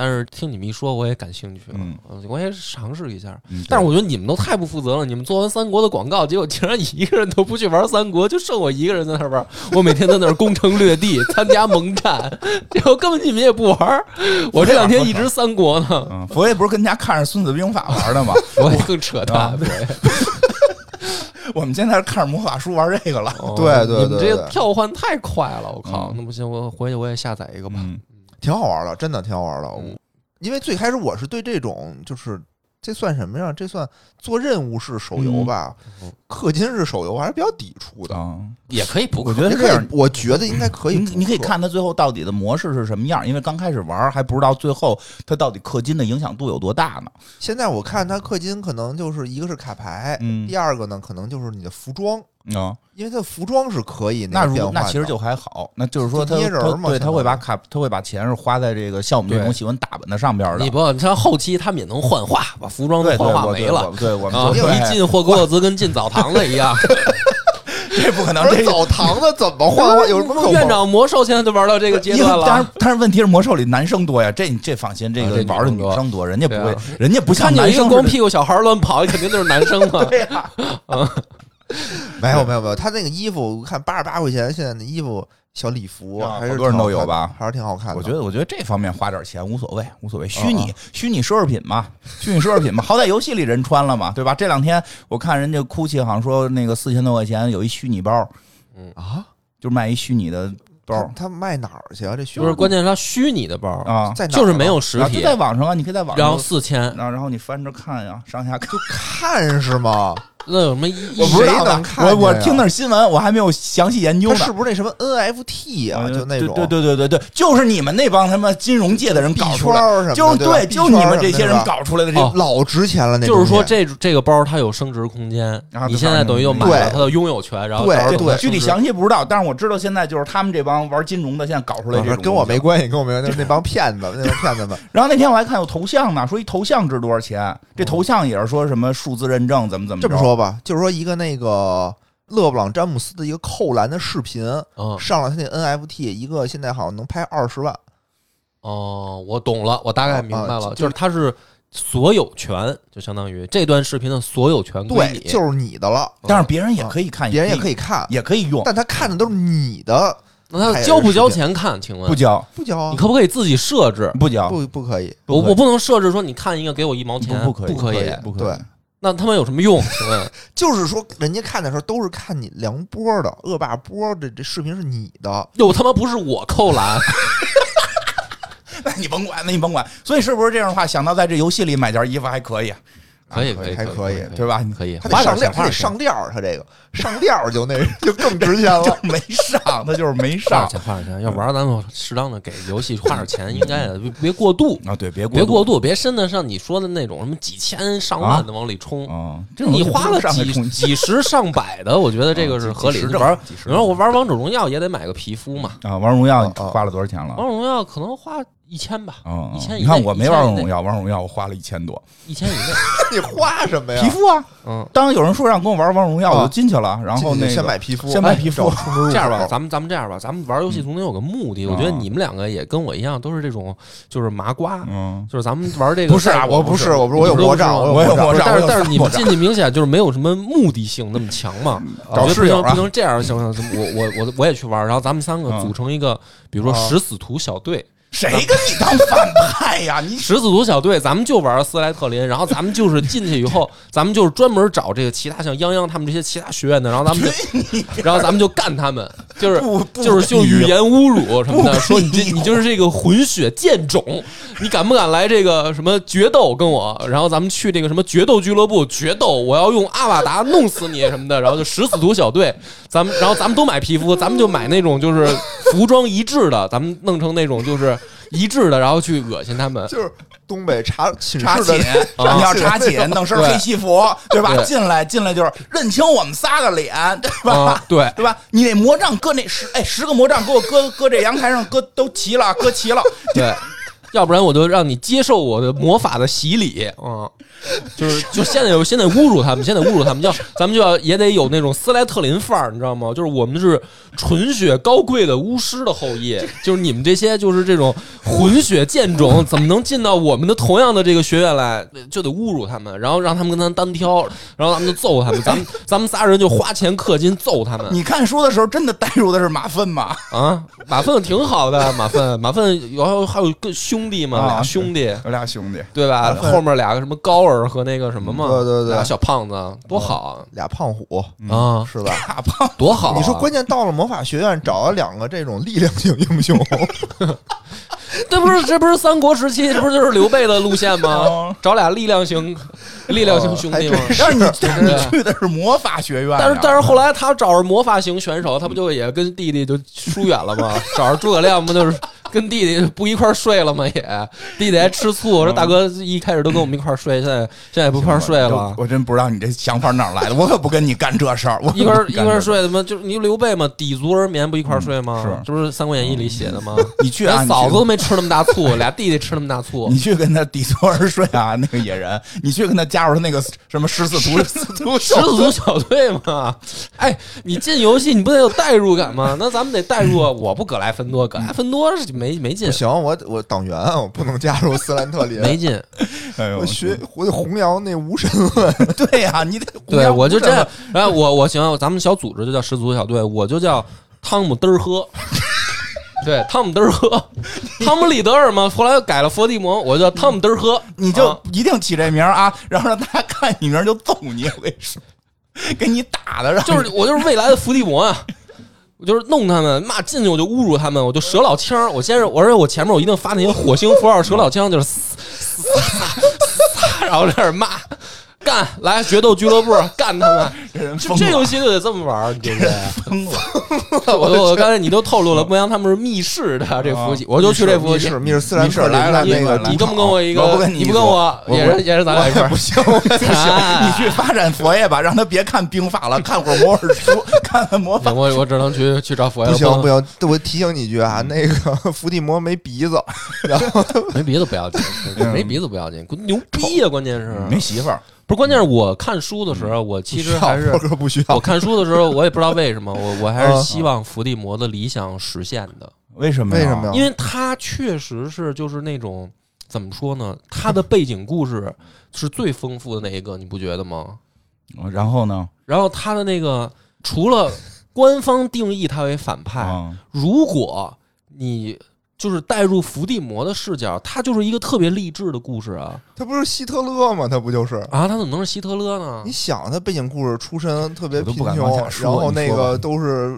但是听你们一说，我也感兴趣了，
嗯
嗯我也尝试一下。
嗯对
但是我觉得你们都太不负责了，你们做完三国的广告，结果竟然一个人都不去玩三国，就剩我一个人在那儿玩。我每天在那儿攻城略地，参加盟战， 结果根本你们也不玩儿。我这两天一直三国呢，
嗯，佛爷不是跟家看着《孙子兵法》玩的吗？
我也更扯淡。对，
我们现在是看着魔法书玩这个了。
哦
对对
你们
对对
这个跳换 太快了，我靠！那不行，我回去我也下载一个吧。
嗯
挺好玩的，真的挺好玩的。我
嗯
因为最开始我是对这种就是这算什么呀？这算做任务式手游吧
嗯，
氪金式手游我还是比较抵触的。
啊，
也可以不
我
氪，
觉得
也
是这
嗯可以
样，
我觉得应该可以
你
不
你可以
氪
看它最后到底的模式是什么样，因为刚开始玩还不知道最后它到底氪金的影响度有多大呢。
现在我看它氪金可能就是一个是卡牌，
嗯
第二个呢可能就是你的服装，
啊，
因为它的服装是可以
那
个
如
变
果
换的
那其实就还好，那就是说它
就捏人儿
它
嘛
对
相
它会
当
把
于
卡它会把钱是花在这个像我们这
对
种喜欢打扮的上边儿的。
你不，你像后期他们也能幻化，把服装都
对对，
幻化
我
没
对
了。
我对我
啊，
们
一进霍格沃兹跟进澡堂子一样。
这不可能
不
这
是。澡堂子怎么换换有什么可
院长魔兽现在就玩到这个阶
因为
段
但是
了。
但是问题是魔兽里男生多呀，这你这放心，这
啊
个
这女
玩的
生
女
多
生多，人家不
对啊
会，人家不像
看见
男
一个
生
光
似的
屁股小孩乱跑， 肯定就是男生嘛。
对呀，
没有没有没有，他那个衣服我看八十八块钱，现在的衣服小礼服
啊
还是
好多人
挺好
都有
看的
吧
还是挺好看的。
我觉得，我觉得这方面花点钱无所谓，无所谓。虚拟、虚拟奢侈品嘛，虚拟奢侈品嘛，好歹游戏里人穿了嘛，对吧？这两天我看人家 GUCCI 好像说那个四千多块钱有一虚拟包，
啊，
就卖一虚拟的
他
包
他卖哪儿去啊？这虚
不是，关键是它虚拟的包，
啊，
在哪儿
就是没
啊
有实
啊就
体
在，网上啊，你可以在网上，
然后四千，
然后然后你翻着看呀、上下看。
看是吗？
那有什么意义？
我不知道
谁
的
能
看
我
见
我
呀
听的是新闻，我还没有详细研究
他
呢。
是不是那什么 NFT 啊？
啊
就那种
对对对对对对，就是你们那帮他妈金融界的人
币
搞出
圈
来的，
儿什么的，
就是
对吧，币
就你
圈
们
儿什么
这些人
的，
搞出来的这
哦
老值钱了那东
就
西。
是说这这个包它有升值空间
啊，
你现在等于又买了
对
它的拥有权，然后
对
到时候
对
它
具体
升值
详细不知道，但是我知道现在就是他们这帮玩金融的，现在搞出来
不
这
是
种
跟我
东西啊
没。关系，跟我没关系，那那帮骗子，那帮骗子们。
然后那天我还看有头像呢，说一头像值多少钱？这头像也是说什么数字认证怎么怎么
哦这
着
么说吧，就是说一个那个勒布朗詹姆斯的一个扣篮的视频，
嗯
上了他那 NFT，一个现在好像能拍二十万，
哦，我懂了，我大概明白
啊
了，
就
就是它是所有权，就相当于这段视频的所有权归
对
你，，
就是你的了，
但是别人也可以看，
别人也可
以
以看，
嗯也可以用，
但他看的都是你的，
那他交不交钱看？请问
不交
不交啊
你，可不可以自己设置？
不交
嗯不不可以，
我
可以
我不能设置说你看一个给我一毛钱，
不
可
不可
以。
不可
对
以。，
那他妈有什 么用？请问
就是说人家看的时候都是看你梁波的恶霸波的这视频是你的，
又他妈不是我扣篮，
那你甭管，那你甭管。所以是不是这样的话，想到在这游戏里买件衣服还可以？
可以
啊
可以
还
可
以
以，
对吧？
可以
他
画
得上料，
点小
他
画
得
儿
上料儿，他这个上料儿就那就更值 钱了。
没上，他就是没
花
上
点钱，花点钱，要玩儿咱们适当的给游戏花点钱，应 该的，别别过度，
啊！对，别
别
过
过度，别深的像你说的那种什么几千上万的往里冲。
啊！这种
你
东西
花
不
了
能上来
几
冲击啊
几十上百的，我觉得这个是合理的。玩儿
几，十
然后我玩王者荣耀也得买个皮肤嘛，
啊！王者荣耀
啊啊
花了多少钱了？
哦王者荣耀可能花一千吧
嗯，，
一
嗯
千以内。
你看我没玩
一
王
千以
者
内
荣，耀，王者荣耀我花了一千多，
一千以内。
你花什么呀？
皮肤啊。
嗯，
当有人说让跟我玩王者荣耀，我
啊
就进去了，然后
进
那
去
个
先买皮肤，哎
先买皮
哎
肤
找出门入 口
这样吧，咱们咱们这样吧，咱们
嗯
玩游戏总得有个目的。我觉得
啊
你们两个也跟我一样，都是这种就是麻瓜，
嗯，
就是咱们玩这个
不是啊
赛博
我不是，我不是，我有
你不是
魔杖，
吗
我有
有
魔
魔
杖
杖。嗯
我有
但是但是你
我
们
有
进去明显就是没有什么目的性那么强嘛。
找
我觉得不
室友
能
啊
不能这样，行不行？我我我我也去玩，然后咱们三个
嗯
组成一个，比如说
啊
十死徒小队，
谁跟你当反派 呀？你
十死徒小队，咱们就玩斯莱特林，然后咱们就是进去 以后，咱们就是专门找这个其他像泱泱他们这些其他学院的，然后咱们就，然后咱们就干他们，就是
不不
就是
跟
就
你
语言侮辱什么
不
的，
跟
说你这
你
你就是这个混血贱种，你敢不敢来这个什么决斗跟我？然后咱们去这个什么决斗俱乐部决斗，我要用阿瓦达弄死你什么的，然后就十死徒小队，咱们然后咱们都买皮肤，咱们就买那种就是服装一致的，咱们弄成那种就是一致的，然后去恶心他们。
就是东北茶寝室
查寝，
的，
啊
你要查寝，弄身黑西服，对吧？
对
进来进来就是认清我们仨的脸，对吧
啊？对
对吧？你那魔杖搁那十哎十个魔杖给我搁搁这阳台上搁都齐了，搁齐了，
对，要不然我就让你接受我的魔法的洗礼。嗯，就是就现在有现在侮辱他们，现在侮辱 他们，要咱们就要也得有那种斯莱特林范儿，你知道吗？就是我们是纯血高贵的巫师的后 裔，就是你们这些就是这种混血贱种，怎么能进到我们的同样的这个学院来？就得侮辱他们，然后让他们跟咱单挑，然后咱们就揍他们， 咱们咱们仨人就花钱氪金揍他们。
你看书的时候真的带入的是马粪 吗？
啊，马粪挺好的，马粪，马粪有还有个兄弟嘛，
啊
俩兄弟，
有俩兄弟，
对吧？后面俩个什么高尔和那个什么嘛，
啊对对对嗯
俩小胖子多好
俩胖虎
啊啊，
是吧？
大胖
多好啊！
你说关键到了魔法学院，找了两个这种力量型英雄，
这不是这不是三国时期，这不就是刘备的路线 吗？找俩力量型力量型兄弟吗
哦？还
但是
真
你
是
但是你去的是魔法学院啊，
但是但是后来他找着魔法型选手，他不就也跟弟弟就疏远 了吗？找着诸葛亮不就是跟弟弟不一块儿睡了吗？也弟弟还吃醋，
嗯
说大哥一开始都跟我们一块儿睡，现在现在也不一块儿睡了
我。我真不知道你这想法哪儿来的，我可不跟你干这事儿，我可
一块
不
儿
跟你
一
干
块
这
儿
事儿。
睡的吗？就是你刘备嘛，抵足而眠不一块儿睡
嗯
吗？
是
这不是《三国演义》里写的吗？
你 去啊，
连
你去
嫂子都没吃那么大醋， 俩弟弟吃那么大醋
你。去跟他抵触而睡啊，那个野人，你去跟他加入那个什么十四 徒十四徒
十四足小队嘛，哎，你进游戏你不得有代入感吗？那咱们得代入啊，我不葛莱芬多，葛莱芬多是没没进
不，行，我我党员，啊我不能加入斯兰特
没
林。
进。
哎呦
我学，我得弘扬那无神论，
对呀、你得
对，我就这样
样，。
然后我我行，咱们小组织就叫十足小队，我就叫汤姆嘚儿喝。 对，汤姆嘚儿喝，汤姆里德尔嘛，后来又改了伏地魔，我叫汤姆嘚儿喝。
你就
啊
一定起这名儿啊，然后让大家看你名儿就揍你，我跟你说，给你打的，让你
就是我就是未来的伏地魔啊！我就是弄他们，骂进去我就侮辱他们，我就折老枪儿。我先是，我说我前面我一定发那些火星符号折老枪，就是嘶嘶嘶嘶然后在那儿骂，干来决斗俱乐部干他
这人
们。就
疯
这
了
游戏就得这么玩儿，你对不对？
疯了，
我我刚才你都透露了，不阳他们是密室的这服务器，我就去这服务
密
器
室。密室斯兰特林
密室来了
的那
密室来
个哎
了
你
主
跟不跟我一个？
我不跟你
你不跟
说
我，
我
也
我
是也是咱俩一块儿
不。行，我不行，
啊
你去发展佛爷 吧，让他别看兵法了，看会儿摩尔书，看看魔 法。
我我只能去去找佛爷
不
了，
行
帮
不行，我提醒你一句啊，那个 伏地魔没鼻子，然后
没鼻子不要紧， 没鼻子不要紧，牛逼呀！关键是
嗯没媳妇儿，嗯
不是，关键是我看书的时候，我其实还 是
我可不需要
我。看书的时候，我也不知道为什么，我我
嗯
还是希望伏地魔的理想实现的，
为什么呀？
为什么呀？
因为他确实是就是那种怎么说呢，他的背景故事是最丰富的那一个，你不觉得吗？
然后呢？
然后他的那个除了官方定义他为反
哎
派，
啊，
如果你就是带入伏地魔的视角，他就是一个特别励志的故事啊
他不是希特勒吗？他不就是？
啊！他怎么能是希特勒呢
你？想，他背景故事出身特别
我都
贫
不敢往
穷
下，说
然后
你
那
说吧
个都是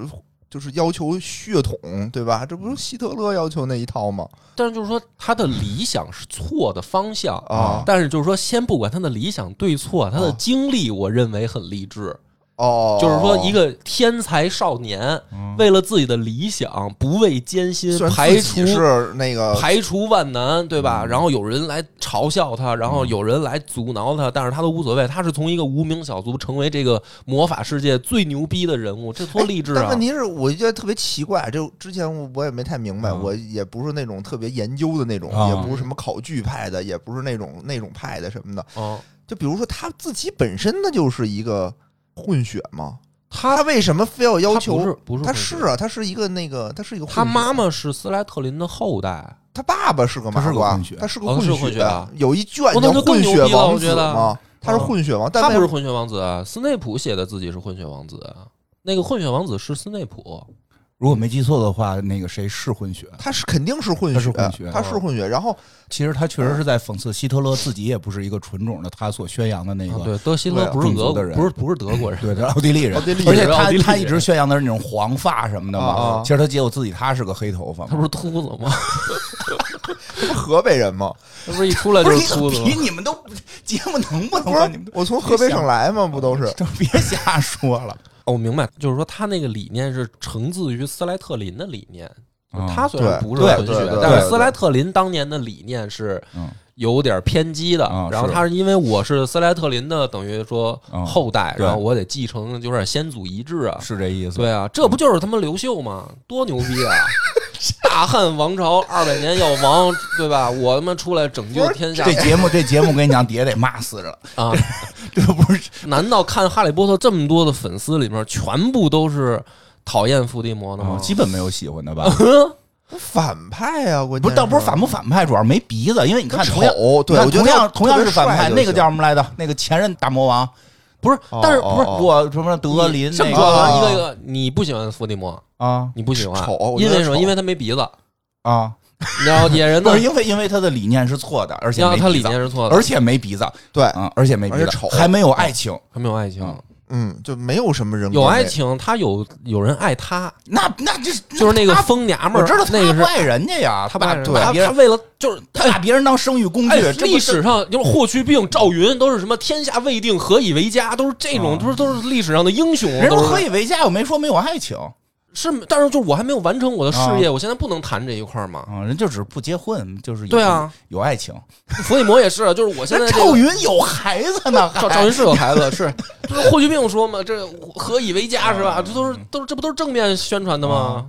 就是要求血统，对吧？这不是希特勒要求那一套吗？
但是就是说，他的理想是错的方向
啊
但是就是说，先不管他的理想对错，他的
啊
经历我认为很励志。
哦，嗯
就是说，一个天才少年为了自己的理想不畏艰辛，
哦虽然
排
自
除
己是嗯那个
排除万难，对吧？然后有人来嘲笑他，然
嗯
后有人来阻挠他，但是他都无所谓。他是从一个无名小卒成为这个魔法世界最牛逼的人物，这多励志
哎但
啊
问！题是，我觉得特别奇怪，就之前我我也没太明白，
嗯
我也不是那种特别研究的那种，
啊
也不是什么考据派的，也不是那种那种派的什么的。
嗯，
就比如说他自己本身他就是一个混血嘛，他
他
为什么非要要
他不
求
是？不是
他
混血
是啊，他是一个那个，他是一个
嗯
混
他
血
妈，妈是斯莱特林的后代，
他爸爸是个
他
麻
是个
瓜
混血，
他是个
哦
混
是混血啊
有一卷
哦那
叫
就
《
更
混
牛
血
逼了
王
我
子
觉》得
嘛，他是
嗯
混血王，但
他
为
不
什
是
么
混血王子，啊斯内普写的自己是混血王子，啊那个混血王子是斯内普。
如果没记错的话，那个谁是混血？
他是肯定是混
他
血
是，混血嗯
他是混血。然后
其实他确实是在讽刺希特勒自己也不是一个纯种的，他所宣扬的那
啊，
个
对，德希特勒不是
对啊
俄
种族的人
不是不是 德国人，
对，他是奥地利人，
奥地利
而且
人奥
他
地利
他
人
一直宣扬的是那种黄发什么的
啊
嘛
啊。
其实他结果自己他是个黑头发嘛，
他不是秃子吗？
他不是河北 人吗？
他不是一出来就
不
是秃
是你
子吗？
比你们都节目能不能
不
把你
是
们都
我从河北省来嘛，不都是？
就别瞎说 了？
哦，我明白，就是说他那个理念是承自于斯莱特林的理念。
嗯
他虽然
对
不是
对
混
对
血
对，
但
对
是斯莱特林当年的理念是
嗯
有点偏激的
啊。
然后
是
他是因为我是斯莱特林的，等于说
嗯
后代，
对
然后我得继承，有点先祖遗志啊。
是这意思。
对啊，这不就是他妈刘 秀吗？多牛逼啊！大汉王朝二百年要亡，对吧？我他妈出来拯救天下
这节目这节目，跟你讲，底 下得骂死人了。
啊！
这不是
难道看《哈利波特》这么多的粉丝里面，全部都是讨厌伏地魔的
哦
吗？
哦
嗯
基本没有喜欢的吧？
反派啊，关键
不是，倒不是反不反派，主要是没鼻子。因为你看，同样
丑，对
你看
我觉
同
得他
样同样
特
是
别
反派，
帅就
那个
行
叫什么来着？那个前任大魔王，
不是
哦，
但是
哦
不是
我什么德林
这
那
么
个
说吧，
哦
一个一个，你不喜欢伏地魔，
啊
你不喜欢
丑我，觉
因
得
为什么？
丑
因为他没鼻子，
啊，
你知道野人 呢
不是？因为因为他的理念是错的，而且
然后
没
啊他
鼻
理
子
念，是错的，
而且没鼻子，
对，
嗯，而且没鼻
而
子
且丑，
还没有爱情，
他没有爱情，
嗯
嗯，就没有什么人格
有爱
魅
情，他有有人爱他，
那那这
就是那个
他
疯娘们
我
儿，
知道
那个
他不
是
爱啊人家呀，他把
爱人
他把
他
别
他
人
为了就是
他把别人当生育工
哎
具，这，不
历史上就是霍去病、赵云都是什么天下未定，何以为家，都是这种，都是都是历史上的英雄，
人
啊都
都
是
何以为家，我没说没有爱情，
是，但是就我还没有完成我的事业，我现在不能谈这一块儿嘛。
嗯，人就只是不结婚，就是有
对啊，
有爱情。
伏地魔也是，啊就是我现在
人
这
赵
个
云有孩子呢，还
赵赵云是有孩 子，是就是霍去病说嘛，这何以为家是吧？这都是都是这不都是正面宣传的吗？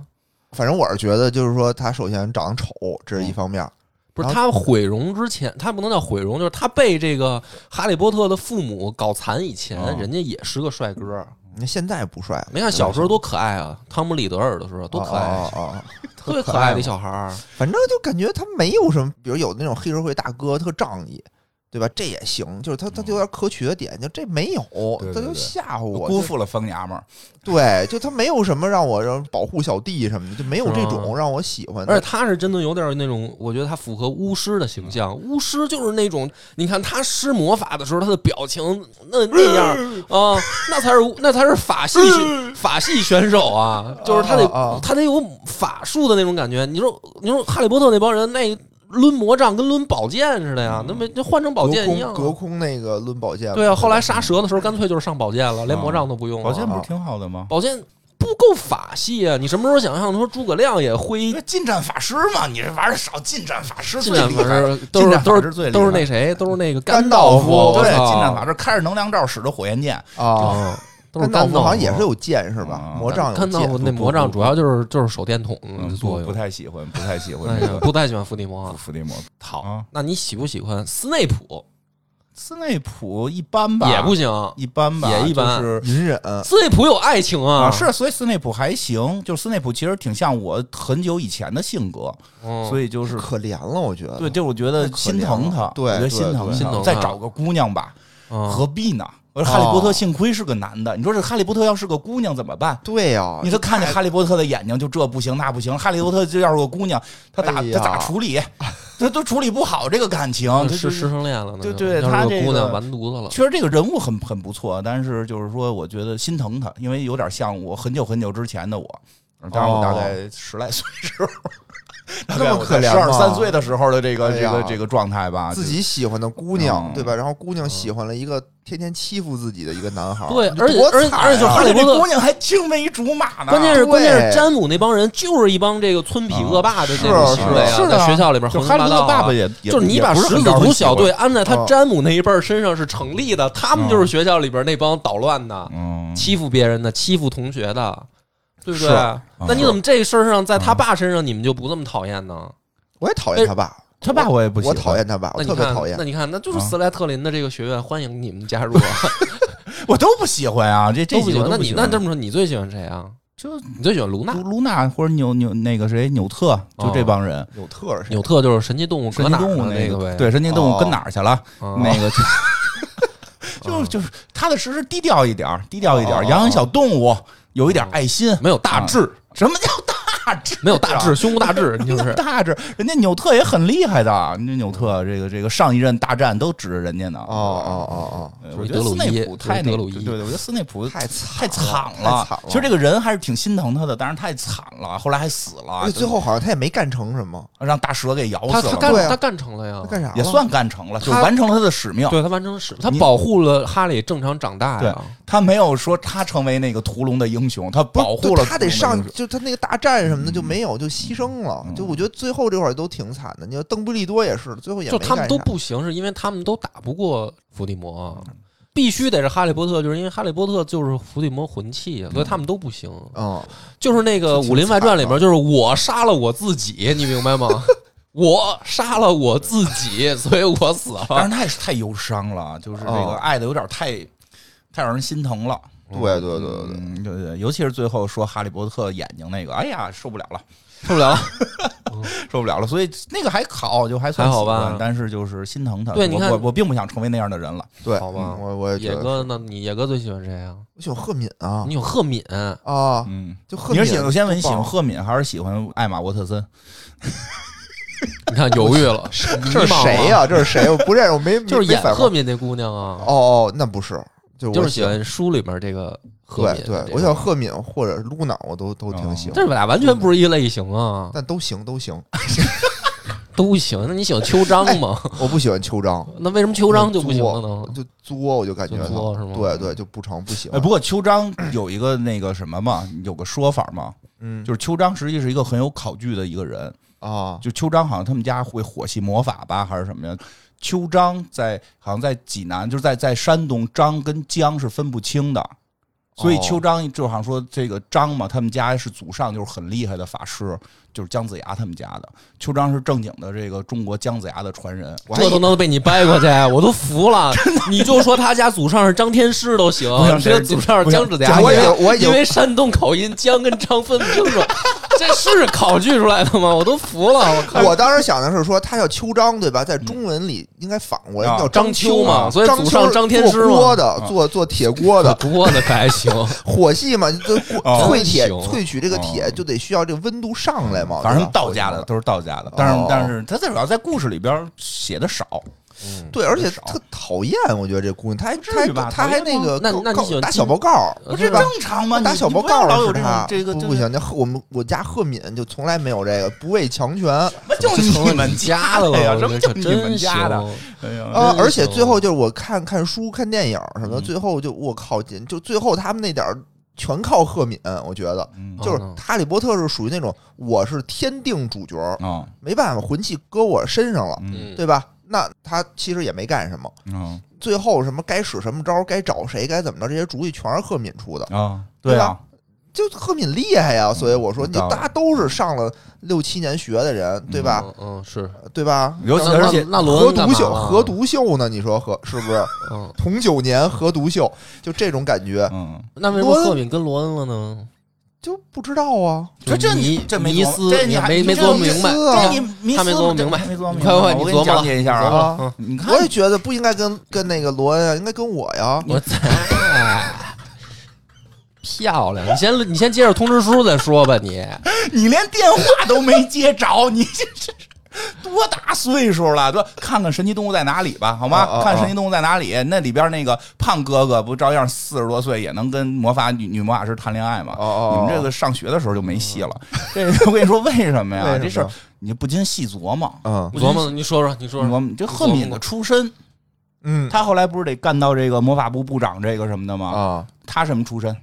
反正我是觉得，就是说他首先长得丑，这是一方面。
不是
然
他毁容之前，他不能叫毁容，就是他被这个哈利波特的父母搞残以前，
啊
人家也是个帅哥。
嗯
那现在不帅了，
没看小时候多可爱啊，汤姆·里德尔的时候多可爱，
啊啊！啊
特别可爱的一小孩儿。
反正就感觉他没有什么，比如有那种黑社会大哥特仗义，对吧？这也行，就是他他有点可取的点，就这没有
对对，
他就
对
吓唬我，
辜
就
负了疯娘们儿，
对，就他没有什么让我让保护小弟什么的，就没有这种
嗯
让我喜欢
而
的。
且他是真的有点那种，我觉得他符合巫师的形象。巫师就是那种，你看他施魔法的时候，他的表情那那样啊、那才是那才是法系选法系选手啊，就是他得、
啊啊
他得有法术的那种感觉。你说你说哈利波特那帮人那抡魔杖跟抡宝剑似的呀，那么就换成宝
隔
剑一样
空
啊、
隔空那个抡宝剑嘛，
对啊，后来杀蛇的时候干脆就是上宝剑了，连魔杖都不用了。啊
宝剑不是挺好的吗？
宝剑不够法系啊！你什么时候想象说诸葛亮也挥
因为近战法师嘛，你这玩意儿少近战法师
近
最
战
厉
法
害，
师都是
近战
都
法师最
是
厉害
都是那谁，都是那个
甘道
道
夫
对，
我操
近战法师开着能量罩使的火焰剑，
啊，
啊，都是
甘道
甘
夫
道
好像也是
夫
有剑是吧
啊？
魔杖有
甘道夫
剑，
那魔杖
不不
主要就是就是手电筒
嗯
的
不
作
不
用。
太喜欢，不太喜欢
哎
这
呀，
个
不太喜欢伏 地魔啊。
伏地魔。
好
啊，
那你喜不喜欢斯内普
斯内普一般吧，
也不行，
一般吧，
也一般
就是
隐忍
斯内普有爱情啊，
啊，是，所以斯内普还行，就是斯内普其实挺像我很久以前的性格，
嗯，
所以就是
可怜了，我觉得。
对，就是我觉得
太可
心
怜
疼
了
他，
对
我觉得
对
心疼
对
他
心疼
再
他
找个姑娘吧，
嗯哦
何必呢？而哈利波特幸亏是个男的，你说这哈利波特要是个姑娘怎么办？
对呀，
你都看见哈利波特的眼睛，就这不行那不行。哈利波特这要是个姑娘，他咋、
哎呀
他咋处理？他都处理不好这个感情。他就是
师生恋了呢，
对对
要
他
是
这
个姑娘
个
完犊子了。
确实这个人物很很不错，但是就是说，我觉得心疼他，因为有点像我很久很久之前的我。当然我大
哦
概十来岁时候，大
那
概
么
我在
可怜
十二
吗
三岁的时候的这个
哎
这
呀
个这个状态吧，
自己喜欢的姑娘，
啊嗯
对吧？然后姑娘喜欢了一个天天欺负自己的一个男孩儿，
对
你这
而且
多
而且
惨
而且就
啊
是
而且这
哈利波特
姑娘还青梅竹马呢，
关键是
对
关键是詹姆那帮人就是一帮这个村痞恶霸的这种
是
行为啊，
啊是的
在学校里边
就
混
哈
混
利波
八道
特
啊
爸爸也也
就是你把
也不
十
是很
字
招人
图
喜欢啊
小队，安在他
嗯
詹姆那一辈儿身上是成立的，他们就是学校里边那帮捣乱的、
嗯，
欺负别人的、欺负同学的，对不对
是？
啊
那你怎么这事儿上在他爸身上你们就不这么讨厌呢？
啊
我也讨厌他爸，
他爸我也不喜
我
欢，
讨，厌他爸，我
那你
特别
看
讨，厌
那。你看，那就是
啊
斯莱特林的这个学院欢迎你 们加入啊，
我都不喜欢啊，这这
都不
几
喜
个都
欢。那
不
你
喜
那
欢
这么说，你最喜欢谁啊？
就
你最喜欢卢娜
卢？卢娜或者纽纽那个谁纽特，就这帮人。
纽特是谁
哦纽特就是神奇动物
神奇
格哪
动物
的那
个，
呗？
对，神奇动物跟
哦
哪儿去了？
啊，
那 个就
哦
就就是踏踏实实低调一点儿，低调一点儿，
哦
养养小动物，有一点爱心。
哦没有大志，
什么叫大志？
没有大志，胸无 大志，你就
啊那
是
大志，人家纽特也很厉害的。人家纽特这个这个上一任大战都指着人家呢。
哦哦哦
呃，
属于
我觉得
德
斯
鲁
内
伊
普
属于
太那
德鲁伊
对对，我觉得斯内普
哦，太
呃太
惨
惨
了，
了
太惨了。
其实这个人还是挺心疼他的，但是太惨了，后来还死了
而，且最后好像他也没干成什么，
让大蛇给咬
哎他
死
他
了，
干
对啊
他干成了呀
他，干啥了
也算干成了，就
他
完成了他的使命。
对他完成使，他
你
保护了哈利正常长大
对
呀。
他没有说他成为那个屠龙的英雄，他
不是
保护了
就他
屠龙的
得上
英，雄
就他那个大战什么的就没有，就牺牲了。就我觉得最后这块儿都挺惨的。你说邓布利多也是，最后也
就
没
他们
干
都
啥
不行，是因为他们都打不过伏地魔，啊必须得是哈利波特，就是因为哈利波特就是伏地魔魂器，啊所以他们都不行。
嗯，
就是那个
这
《
挺
武林外传》里
惨
边，就是我杀了我自己，你明白吗？ 我杀了我自己，所以我死
当
哎
了。
然太太忧伤了，就是这个
哦
爱的有点太太让人心疼了。
对对对对对，
嗯，对对，尤其是最后说哈利波特眼睛那个，哎呀，受不了了，
受不了，
受不了了。所以那个还好，就还算
还好
喜欢
吧
但是就是心疼他。
对你
我
看
我我并不想成为那样的人了。
对，
好吧
嗯我我也觉
野
得，
哥呢？你野哥最喜欢谁啊？
我喜欢赫敏啊
你有赫敏，
啊，
嗯，
就赫
你
敏
是喜欢，我先问你喜
多
欢
棒
赫敏还是喜欢艾玛沃特森？
你看犹豫了，迷
这是
茫了
谁？呀？这是谁？我不认识，我没
啊就是
没
演
没反
赫
过
敏那姑娘啊，
哦哦，那不是，就是
就
我
是喜欢书里面这个
对
赫敏。
对，我喜欢，赫敏或者露娜，我都都挺喜
这
欢，
俩完全不是一类型啊，
但都行都行。
都行。那你喜欢秋张吗？
我不喜欢秋张，
那为什么秋张就不行了
我
呢？
就作，我就感觉
就作是吗
对对，就不成不行。
哎，不过秋张有一个那个什么嘛，有个说法嘛，
嗯，
就是秋张实际是一个很有考据的一个人。
啊，
就秋张好像他们家会火系魔法吧，还是什么呀？秋张在好像在济南，就是在在山东，张跟江是分不清的。所以
哦
秋张就好像说这个张嘛，他们家是祖上就是很厉害的法师，就是姜子牙他们家的。秋张是正经的这个中国姜子牙的传人。我还
这都能被你掰过去，我都服了。你就说他家祖上是张天师都行
不，行
这祖上是姜子牙，
不行
因为
我已经我已经
因为山东口音，姜跟张分不清楚，这是考据出来的吗？我都服了，我靠！
我当时想的是说他叫秋张对吧？在中文里应该反过来
啊
叫
嗯张
秋
秋嘛所以
张
祖上
秋
张天师
做锅
嘛
的，做做铁锅 的，
多的可还行，
火系嘛， 就就
哦
淬铁
行啊嗯
萃取这个铁
哦
就得需要这个温度上来嘛。
反
对
正
吧
道家的，都是道家的，但是
哦
但是他在主要在故事里边写的少，
嗯
对，而且
少
特讨厌，我觉得这姑娘，她还她
至于吧
还她还
讨
那
厌
个
那
告
那你
告
喜欢
打
金
小报告，
呃
是
是
吧
吧？
正常吗？
打
你
小
你不
报
要
告
老有
了是
这种
他
这个
不
这
不
个
行，那赫我们我家赫敏就从来没有这个不畏强权啊，
什么就你们
家
的
的
呀？
了，
什么就你们
真
家的？
行
哎呀，
呃
真
而且
行
最后就是我看看书、看电影什么
嗯
的，最后就我靠，就最后他们那点儿全靠赫敏，我觉得
嗯
就是
嗯
《哈利波特》是属于那种我是天定主角，
啊，
没办法，魂器搁我身上了，
嗯
嗯，
对吧？那他其实也没干什么，
嗯。
最后什么该使什么招儿，该找谁，该怎么着，这些主意全是赫敏出的。
啊，
对
啊，
就赫敏厉害呀，
嗯
所以我说，
有
你
道理
大家都是上了六七年学的人，对吧？
嗯嗯是，
对吧？
尤其
那
而且
那那罗
何
恩干
独
嘛啊
秀，
了
何，独秀呢？你说何是不是？
嗯，
同九年何独秀，就这种感觉
嗯，
那为什
罗
么
恩
赫敏跟罗恩了呢？
就不知道啊。
这这你
迷
这没
迷
琢磨
思，
这你
你
还
没
你
没
这
琢磨
迷
明白，
思啊
这你迷
他没
思
琢磨
这
明白
没琢磨
你
明白，
快快
我
你
给
琢磨
讲
了
解一下
你琢磨
啊
了。
啊，
你看
我也觉得不应该跟跟那个罗恩啊，应该跟我呀。
我操！ 漂亮！你先你先接着通知书再说吧，你
你连电话都没接着，你这这多多大岁数了？对吧，看看《神奇动物在哪里》吧，好吗？
哦哦哦
看《神奇动物在哪里》，那里边那个胖哥哥不照样四十多岁也能跟魔法女女魔法师谈恋爱吗？
哦哦哦哦
你们这个上学的时候就没戏了。这个我跟你说为什么
为什
呀？
么
这事儿你不禁细琢磨。
嗯
我
琢磨，你说说，你说
我
说，
们这赫敏的出身，
嗯
他后来不是得干到这个魔法部部长这个什么的吗？
啊，
他什么出身？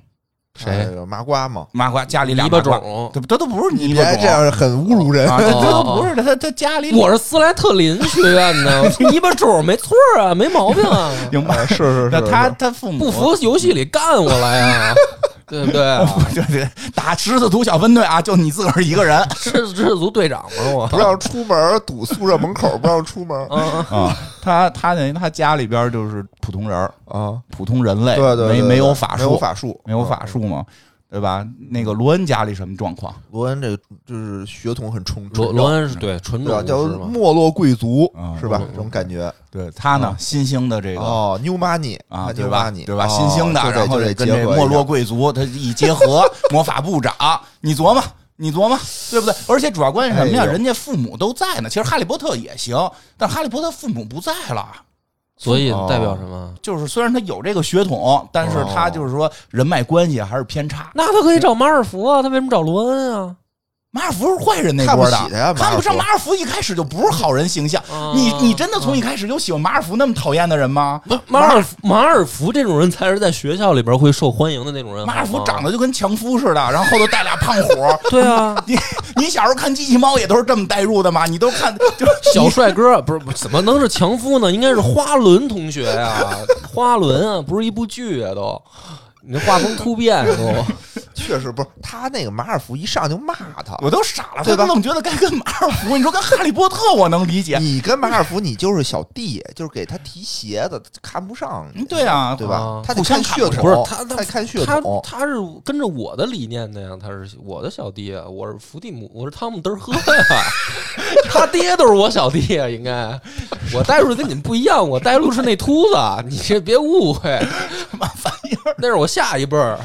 谁
哎呦麻瓜嘛？
麻瓜家里俩
泥巴
麻瓜，
种，
这不这都不是泥
别
巴种，
这样很侮辱人
啊， 这 都
哦
不是他他家里
我是斯莱特林学院的，泥巴种没错啊，没毛 病啊，
明白
啊是是
那
是，
他
是
他父母
不服游戏里干我来啊，对不对啊？
对对，打十字图小分队啊，就你自个儿一个人
是是组队长吗？我
不让出门，堵宿舍 门口，不让出门
嗯，
啊。他他那他家里边就是普通人儿，
啊。
普通人类，
对对，对
哎没
对
没有法术，
没有法嗯术，
没有法术嘛，对吧？那个罗恩家里什么状况？
罗恩这个就是血统很冲，
罗
纯
罗
正
恩是嗯对啊纯
对
种
吧？叫
巫师嘛，
没落贵族
嗯
是吧？
嗯
这种感觉
对他呢
啊，
新兴的这个。
哦，New Money
啊，对
New
吧？
Money
对吧？新兴的，
哦就得
然后
就得
跟
结
这
合一
没
下
落贵族，他一结合， 魔法部长，你琢磨，你琢磨，对不对？而且主要关键是什么呀？
哎呦
人家父母都在呢。其实哈利波特也行，但是哈利波特父母不在了，
所以
哦
啊代表什么？
就是虽然他有这个血统，但是他
哦
就是说人脉关系还是偏差。
那他可以找马尔福啊，他为什么找罗恩啊？
马尔福是坏人那波的，
看不起他呀马尔福
看不上马尔福，一开始就不是好人形象。
啊
你你真的从一开始就喜欢马尔福那么讨厌的人吗？
不，马尔福马尔福这种人才是在学校里边会受欢迎的那种人。
马尔福
好吗
长得就跟强夫似的，然后后头带俩胖虎。
对啊，
你你小时候看机器猫也都是这么带入的吗？你都看 就是
小帅哥不是不是怎么能是强夫呢？应该是花轮同学呀、花轮啊，不是一部剧啊都。你这画风突变啊都，
确实不是他那个马尔福一上就骂他，
我都傻了，
对吧
他愣觉得该跟马尔福，你说跟哈利波特我能理解。
你跟马尔福你就是小弟， 就是给他提鞋子，看不上
嗯
你，
对啊
对吧
啊？
他得
互相
看
看
血
不上
统，
不是
他
他
得看血
他
统，嗯
他是跟着我的理念的呀，他是我的小弟啊，我是伏地魔，我是汤姆德尔赫呀，他爹都是我小弟啊，应该我带入的跟你们不一样，我带入是那秃子，啊你这别误会，那是我下一辈儿。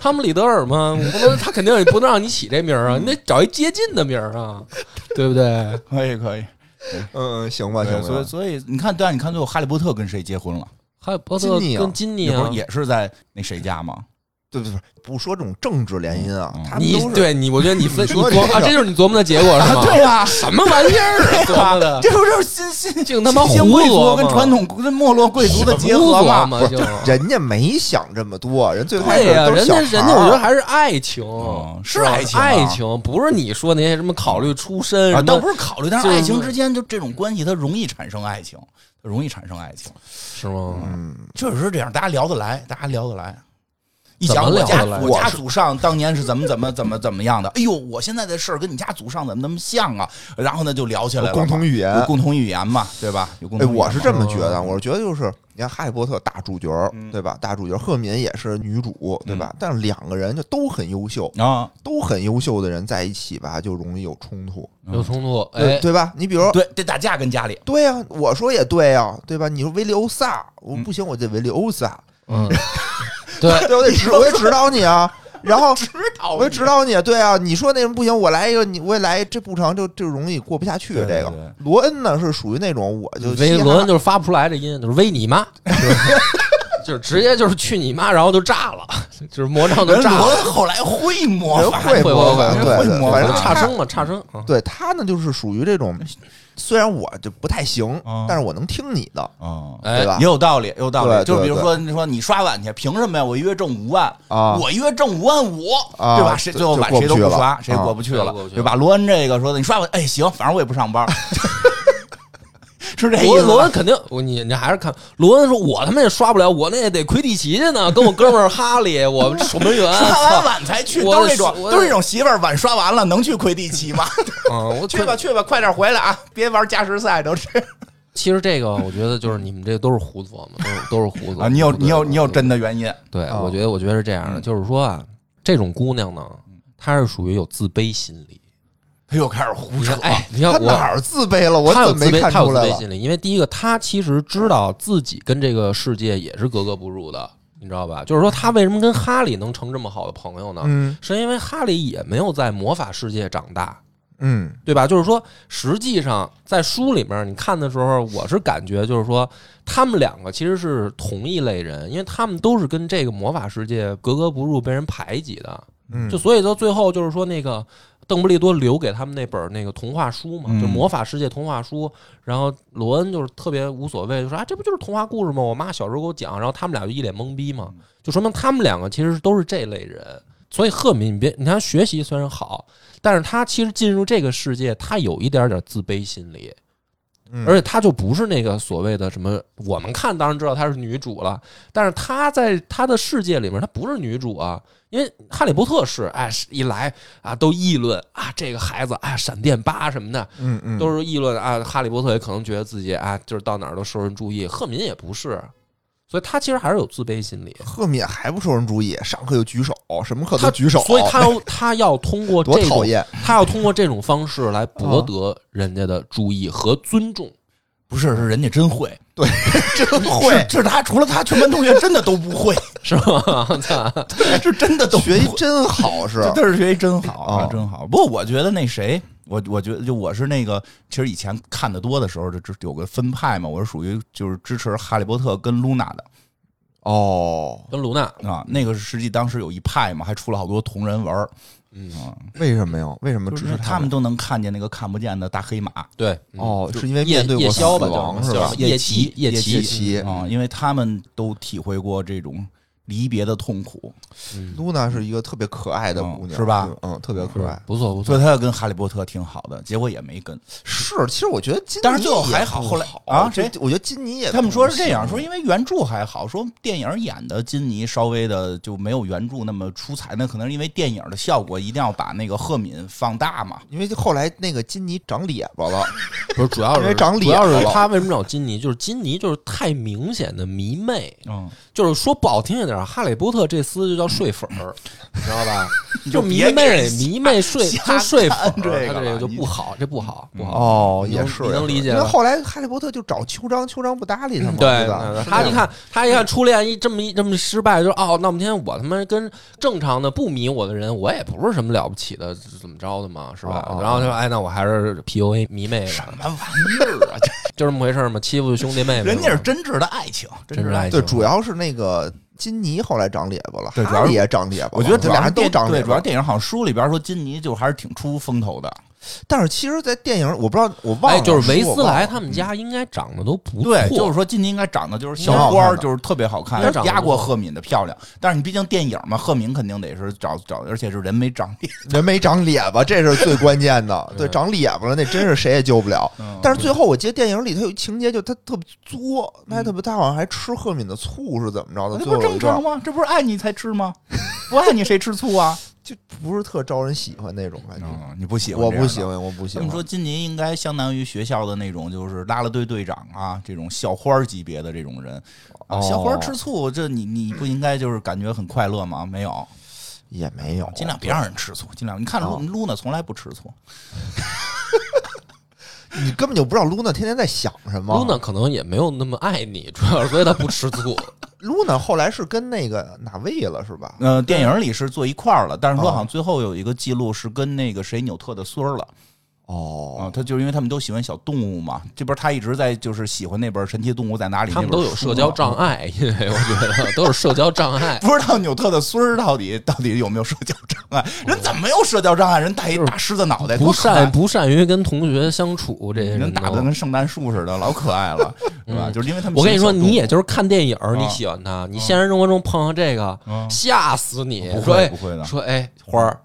汤姆·里德尔嘛，我不能，他肯定也不能让你起这名儿啊，你得找一接近的名儿啊，对不对？
可以可以，
嗯嗯，行吧
对
行
所以
吧，
所以你看，啊但你看最后哈利波特跟谁结婚了？
还有波特
金妮啊
跟金妮
也不
啊
是，也是在那谁家吗？
对对对，不说这种政治联姻啊
嗯，
他们
你
都是
对你，我觉得你分你
你说
琢
这
磨啊，
个
这就是你琢磨的结果是吗？
对啊呀、
什么玩意儿 啊，琢磨的
这不就是新新
净他妈
新兴
胡
贵
琢
族
磨
跟传统跟没落贵族的结合
嘛
嘛？
就。
人家没想这么多，人最开
对
始
呀、
都是
人
小
家
孩儿
人家，我觉得还是爱情，
啊嗯是
吧
爱情啊
爱情不是你说那些什么考虑出身
啊，
什
倒
么
不，是考虑，但是
就是
爱情之间就这种关系，它容易产生爱情，它容易产生爱情，
是吗？
嗯，
确实是这样，大家聊得来，大家聊得来。一
怎么
想我家
聊得来
我家祖上当年是怎么怎么怎么怎么样的，哎呦，我现在的事儿跟你家祖上怎么那么像啊？然后呢就聊起来了
有
嘛，
共同语言
有。共同语言嘛，对吧？有共
哎，
同语言嘛。
我是这么觉
嗯
得，我是觉得就是，你看《哈利波特》大主角儿，对吧？大主角赫敏也是女
嗯
主，对吧？但是两个人就都很优秀，
啊，
都很优秀的人在一起吧，就容易有冲突，
有冲突，
对
哎，
对吧？你比如
嗯对，得打架跟家里，
对呀、我说也对呀、对吧？你说维利欧萨，我不行，我得维利欧萨，
嗯， 对，
对，我得指，我得指导你 啊。然后指
导
我得指导你，对啊，你说那什么不行，我来一个，你我也来，这不成就就容易过不下去。
对对对
这个罗恩呢是属于那种我就
威
嘻哈
罗恩就是发不出来这音，就是威 你妈，就是直接就是去你妈，然后就炸了，就是魔杖就
人
炸
罗
了，
恩后来会魔
人
法，
会模
会
仿，
会
对
会
对，
模
反
仿
正
差
他
生嘛，差生啊，
对他呢就是属于这种，虽然我就不太行
嗯，
但是我能听你的，
哦
哎
对，吧
也？有道理，也有道
对
理。就是
对
比如
对
说，你说你刷碗去，凭什么呀？我一月挣五万
啊
我一月挣五万五，
啊
对吧？谁
就
最后
就
碗
过
谁都
不去
不
了
刷，谁
啊
过不去
对
了
过不，去
对吧？罗恩这个说的，你刷碗，哎，行，反正我也不上班， 是这
哎
意
罗
思
恩
吧。
罗恩肯定，我你你还是看罗恩说，我他妈也刷不了，我那也得魁地奇去呢，跟我哥们儿哈利，我们守 门员，
刷完
操
碗才去，
我
都是这
我
种，都是这种媳妇儿碗刷完了能去魁地奇吗？
嗯，我
去吧去吧，快点回来啊！别玩加时赛，都 是
其实这个我觉得就是你们这都是胡琢磨，都是都是胡琢磨
啊！你有你有
对
你有真的原因，
对，
啊
我觉得我觉得是这样的，就是说啊，这种姑娘呢，她是属于有自卑心理。
他又开始胡
你
扯
看，，哎，你看
他
我
哦哪儿自卑了？我
他有
怎
自
么没
卑，
看
他有
出
自
来
卑
了？
心理，因为第一个，他其实知道自己跟这个世界也是格格不入的，你知道吧？就是说，他为什么跟哈利能成这么好的朋友呢？
嗯
是因为哈利也没有在魔法世界长大，
嗯
对吧？就是说，实际上在书里面你看的时候，我是感觉就是说，他们两个其实是同一类人，因为他们都是跟这个魔法世界格格不入、被人排挤的。
嗯，
就所以到最后就是说，那个邓布利多留给他们那本那个童话书嘛，
嗯
就魔法世界童话书。然后罗恩就是特别无所谓，就说啊，这不就是童话故事吗？我妈小时候给我讲，然后他们俩就一脸懵逼嘛，
嗯
就说明他们两个其实都是这类人。所以赫敏，你别你看学习虽然好，但是他其实进入这个世界，他有一点点自卑心理，
嗯
而且他就不是那个所谓的什么，我们看当然知道她是女主了，但是她在她的世界里面，她不是女主啊，因为哈利波特是，哎，是一来啊都议论啊这个孩子啊闪电八什么的，
嗯嗯
都是议论啊哈利波特也可能觉得自己啊就是到哪儿都受人注意，赫敏也不是，所以她其实还是有自卑心理。
赫敏还不受人注意，上课就举手，什么课都举手，
所以他要他要通过
多
这
讨
种
厌！嗯
他要通过这种方式来博得人家的注意和尊重。
不是，是人家真会， 是
真会
是他除了他，全班同学真的都不 会，
是吧？
是真的都不
学
会
习真好是，
这是学习真好啊，
哦
真好。不过我觉得那谁，我我觉得就我是那个，其实以前看的多的时候，就就有个分派嘛，我是属于就是支持哈利波特跟露娜的
哦，
跟卢娜，
啊。那个是实际当时有一派嘛，还出了好多同人文儿，
为什么呀？为什么
就
只
是他
他
们？都能看见那个看不见的大黑马啊、
对，
哦，
就是
因为
夜
面对
夜
过死
宵吧，
亡
叫
是
什
吧
么？？夜骑，夜
夜
骑，
骑，
啊因为他们都体会过这种离别的痛苦，
露娜是一个特别可爱的姑
嗯
娘，
是吧
嗯，特别可爱。
不错不错
所以。他要跟哈利波特挺好的，结果也没跟。
是，其实我觉得金妮
但是最后
也
还好
不
后来
好
啊
这
谁
我觉得金妮也
他们说是这样
不
说，
行，
因为原著还好，说电影演的金妮稍微的就没有原著那么出彩，那可能是因为电影的效果一定要把那个赫敏放大嘛。
因为后来那个金妮长咧巴了，
不是，主要
因为
是
长
主
脸
要是
了
他为什么找金妮？就是金妮就是太明显的迷妹，
嗯，
就是说不好听一点儿，哈利波特这厮就叫睡粉儿，你知 道吧？就迷
别给
妹迷妹睡，
瞎
他睡粉儿，
看这个
他这
了嗯
个就
你
不好，这不好不好。
哦，
你
也
能
是，
你能
也是
理解
因为
吧
后来哈利波特就找秋张，秋张不搭理
嗯
他嘛，
对
吧？
他一
一
看，他一看初恋一这么一这么失败，就哦，那么今天我他妈跟正常的不迷我的人，我也不是什么了不起的，怎么着的嘛，是吧？
哦哦
然后他说，哎，那我还是 PUA 迷妹吧，
什么玩意儿啊！这
就这么回事嘛，欺负兄弟妹妹嘛。
人家是真挚的爱情，真挚的爱
真挚的爱情
情。
对，主要是那个金妮后来长咧巴了，
对主要
哈
是
利也长咧巴了，
我觉得这
俩
俩人
人都
电
长咧
对，主
巴
要。电影好像书里边说金妮就还是挺出风头的，
但是其实，在电影我不知道，我忘
哎，
了，
就是维
是我
斯
忘
莱
了
他们家应该长得都不错，
嗯对，就是说金妮应该长得就是
挺好
小
看
花儿，
的
就是特别好看
应该长，得
压
不
过
错
赫敏的漂亮。但是你毕竟电影嘛，赫敏肯定得是找找，而且是人没长脸。
人没长咧巴，这是最关键 的。对，
嗯
长咧巴了，那真是谁也救不了。
嗯
但是最后，我记得电影里他有一情节，就他特别作，他特别，他好像还吃赫敏的醋是怎 么着的？
这
最
嗯不
后
是
有
正
一段
常吗？这不是爱你才吃吗？不爱你谁吃醋啊？
就不是特招人喜欢那种感觉。
啊
嗯，你不喜欢，
我不喜。欢，我不喜
这
欢
么。说，今年应该相当于学校的那种，就是啦啦队队长啊，这种校花级别的这种人。啊
哦
校花吃醋，这你你不应该就是感觉很快乐吗？没有，
也没有，
尽量别让人吃醋，尽量。你看
哦
露露娜从来不吃醋，
你根本就不知道露娜天天在想什么。
露娜可能也没有那么爱你，主要是所以她不吃 醋。
露娜后来是跟那个哪位了是吧？
呃，电影里是坐一块儿了，但是说
哦
好像最后有一个记录是跟那个谁纽特的孙儿了啊、
哦，
他就是因为他们都喜欢小动物嘛，这边他一直在就是喜欢那本《神奇动物在哪里》，
他们都有社交障
碍。
碍，因为我觉得都是社交 障碍。
不知道纽特的孙儿到底到底有没有社交障碍？人怎么没有社交障碍？人戴一大狮子脑袋，
不
多可爱
善不善于跟同学相处，这些
人
都
打的跟圣诞树似的，老可爱 了，是吧？就是因为他们
嗯我跟你说，
喜欢小动物啊
你也就是看电影儿你喜欢他，你现实生活中碰上这个，吓死你！
不会
说哎
不会的
说哎花儿，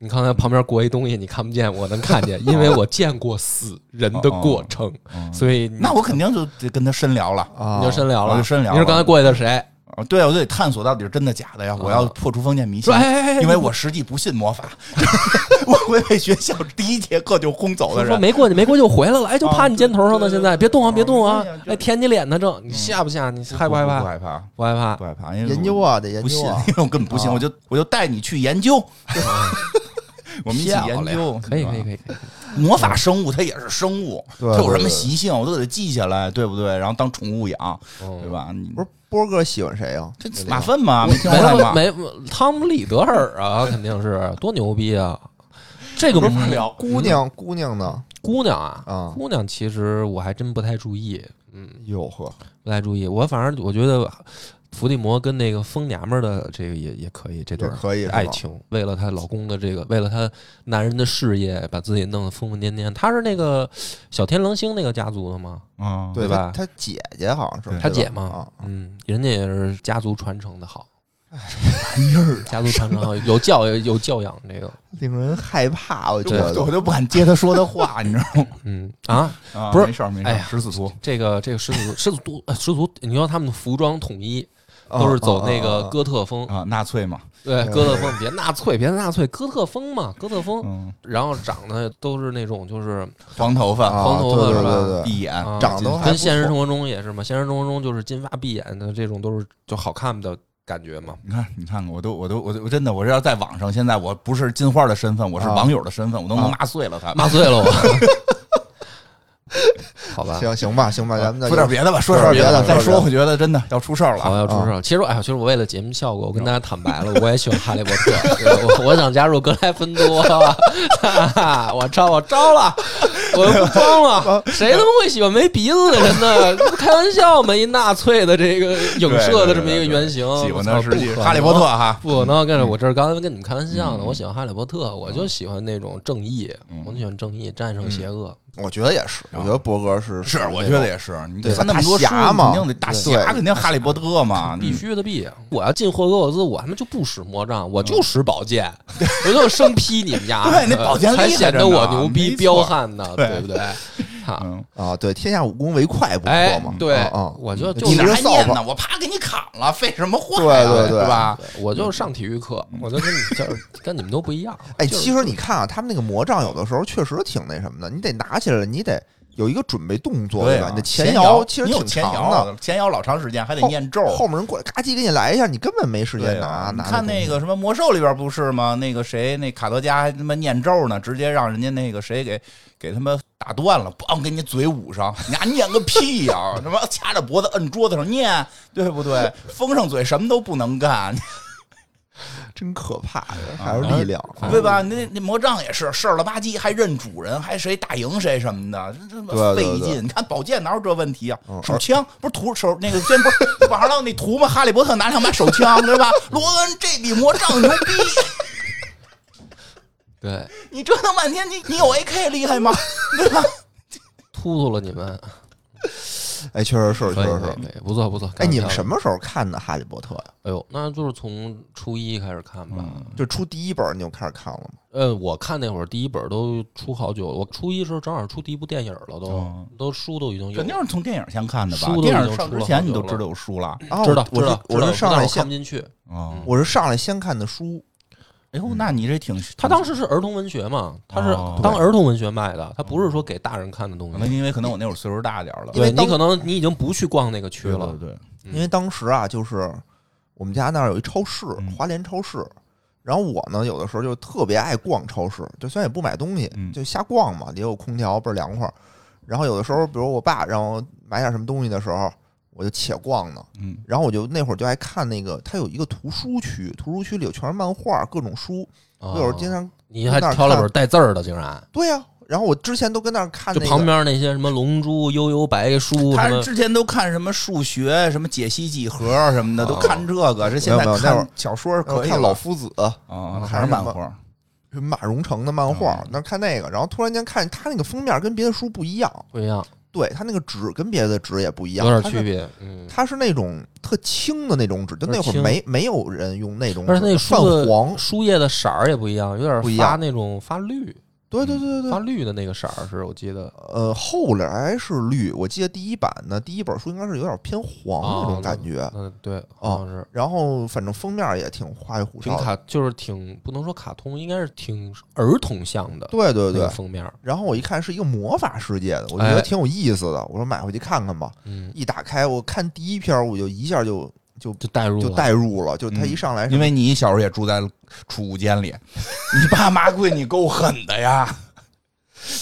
你刚才旁边过一东西，你看不见，我能看见，因为
啊
我见过死人的过程，所以你
那我肯定就得跟他深聊了
啊
你就深聊
我
了，
就深聊
你是刚才
了
过去的谁？
啊！对啊，我就得探索到底是真的假的呀！我要破除封建迷信
说啊哎哎哎，
因为我实际不信魔法， 我会被学校第一节课就轰走的
说
人。
没过去，没过去就回来了，哎，就趴
啊
你肩头上呢，
对对
现在别动啊，
对
别动啊
对对，对
哎，舔你脸呢，正你吓不吓？你害不害
不
怕？
害怕，
不害怕
不。害怕，因为
研究
我
啊，得研
不
究
信，
啊
因。为我根本不信，我就我就带你去研 究，我们一起
漂
研究
亮，可以
对吧
可以可以，可以
魔法生物它也是生物，
嗯对
它有什
对对
么习性我都得记下来，对不对？然后当宠物养，对吧？你
哦不是波哥喜欢谁啊？
这马粪吗？没听
没
过
有
吗？
没汤姆·里德尔啊，肯定是多牛逼啊！这个
没法聊
姑娘，姑娘呢？
姑娘啊，
啊
姑娘其实我还真不太注意，
哟呵，
不太注意。我反正我觉得伏地魔跟那个疯娘们儿的这个也也可以，这对
也可以是吧
爱情，为了她老公的这个，为了她男人的事业，把自己弄得疯疯癫癫。她是那个小天狼星那个家族的吗？
啊，
对
对吧
她她姐姐好像是
对
她姐
嘛，
嘛
啊，哎
嗯，人家也是家族传承的好。家族传承好，有教有教养，这个，
令人害怕，我觉
对
我
得。
都不敢接他说的话，你知道吗？
嗯啊，
啊
不是
没事儿没事
哎
儿，
呀
十四 族
这个这个始祖始祖多呃始祖，你说他们的服装统一
啊
都是走那
啊啊
个
啊
哥特风，
啊，纳粹嘛，
嗯
对哥特风，别纳粹，别纳粹，哥特风嘛，哥特风，
嗯，
然后长得都是那种就是
黄头发，
啊
黄头发
对
是吧
对对对
闭眼，
啊
哎长得还
跟
不
现实
错
生活中也是嘛，现实生活中就是金发碧眼的这种都是就好看的感觉嘛，
你看，你看看，我都，我都，我都，我真的，我是要在网上，现在我不是金花的身份，我是
啊
网友的身份，我都能
啊
骂碎了 他。
骂碎了我，好吧，
行行吧，行吧，咱们再
说点别的吧，说点
说点
别
别的
再
说点别的
说我觉得真的要出事儿
好
了。
要出事儿。其实我，哎呀，其实我为了节目效果，我跟大家坦白 了，我也喜欢哈利波特，对我我想加入格莱芬多，哈哈我招我招了，我又不装
啊
了，谁他妈会喜欢没鼻子的人呢？这不开玩笑吗？一纳粹的这个影射的这么一个原型，
喜欢
我
哦
的
操
是
不可能
哈利波特哈，
不可能，跟
嗯
着我这儿刚才跟你们开玩笑呢。我喜欢哈利波特，我就喜欢那种正义，
嗯
我就喜欢正义，战胜邪恶。
我觉得也是，我觉得博哥是
是我觉得也是，你
对
看那么多
大侠
书
嘛
肯定得大
对
侠，肯定哈利波特嘛，
必
嗯
须的必，我要进霍格沃兹，我他妈就不使魔杖，我
嗯
就使宝剑，我就生劈你们 家，
对那宝剑厉害
才显得
着呢
我牛逼
没错
彪悍呢，
对
对不对？哈，
嗯，
啊，对，天下武功唯快不
哎
破嘛，，
对
啊啊，
我就就
你
一
哪
人
还
扫
念
把
呢？我啪给你砍了，废什么话
对
呀？
对对
对吧？
对我就上体育课，我就跟你就是跟你们都不一样。
哎，
就是
其实你看啊，他们那个魔杖有的时候确实挺那什么的，你得拿起来，你得有一个准备动作，对吧？
啊
你的前
摇
摇其实
你有
挺
前
长的，
摇，啊前摇老长时间，还得
后
念咒。
后面人过来嘎叽给你来一下，你根本没时间
对啊
拿。
你
拿
看那个什么魔兽里边不是吗？那个谁，那卡德加还他妈念咒呢，直接让人家那个谁给给他妈打断了，梆给你嘴捂上，你还念个屁呀、 他妈掐着脖子摁桌子上念，对不对？封上嘴什么都不能干，
东西 真可怕，还有力量。啊
反正
对吧？那那魔杖也是事儿了吧唧，还认主人，还谁打赢谁什么的，这这么
对
费
对对啊
劲。你看宝剑哪有这问题啊
嗯？
手枪不是图手那个先不是网上老有那图吗？哈利波特拿两把手枪，对吧？罗恩这比魔杖牛逼。
对
你折腾半天，你你有 AK 厉害吗？对吧？
突突了你们，
哎，确实是，确
可以
实
可以
是。
可以，不错不错。
哎，你们
开玩笑
什？么时候看的《哈利波特》呀？
哎呦，那就是从初一开始看吧。
就出第一本你就开始看了吗？
呃，我看那会儿第一本都出好久，我初一时候正好出第一部电影了，都
哦
都书都已经有
肯定是从电影先看的吧
书？都
电
已经
影上
出
之
了
前
好
你
久
都
了
知道有书了。
啊，
知道，
我
知
是
道，
我
知道
是上
但
来
我看
先
不进去。
哦
嗯
我是上来先看的书，
哎呦，那你这挺……
他当时是儿童文学嘛，他是
嗯哦嗯
当儿童文学卖的，他不是说给大人看的东
可能
西。
因为可能我那会儿岁数大点儿了，
因为
对你
当
可能你已经不去逛那个区
对
了
对，对，
嗯
因为当时啊，就是我们家那儿有一超市，
嗯
华联超市。然后我呢，有的时候就特别爱逛超市，就虽然也不买东西，
嗯
就瞎逛嘛，也有空调倍儿凉快儿。然后有的时候，比如我爸让我买点什么东西的时候，我就且逛呢。
嗯
然后我就那会儿就爱看那个，它有一个图书区，图书区里有全是漫画各种书。
哦
我有时候经常
你还挑了本带字儿的，竟然
对呀、然后我之前都跟那儿看
就
那个，
旁边那些什么《龙珠》《悠悠白书》
他
什么
之前都看什么数学、什么解析几何什么的，
哦
都看这个。这现在
没有没有那会
看
儿
小说是
我
可以
看老
了
夫子，
啊，
看
还是
什
漫
么
画。
什么马荣成的漫画，
哦
那看那个，然后突然间看它那个封面跟别的书不一样，
不一样，
对它那个纸跟别的纸也不一样，
有点
它是
区。别。嗯，
它是那种特轻的那种纸，就那会
轻
儿没没有人用那种纸，
而且那
嗯泛
书的
黄。
书页的色儿也不一样，有点
不一
发
样
那种发绿
对对对对
发
对，
绿的那个色儿，是我记得
呃，后来是绿，我记得第一版呢，第一本书应该是有点偏黄那
哦
种感觉。
嗯，对，
哦
好像是
然后反正封面也挺花里胡
挺
哨的，
卡，就是挺不能说卡通，应该是挺儿童向的。
对对
那个
对。
封面儿，
然后我一看是一个魔法世界的，我觉得
哎
挺有意思的，我说买回去看看吧。
嗯，
一打开，我看第一篇，我就一下就就
就带入
就
了
代入了，就他
嗯
一上来是
因为你 小时候也住在储物间里，你爸妈对你够狠的呀。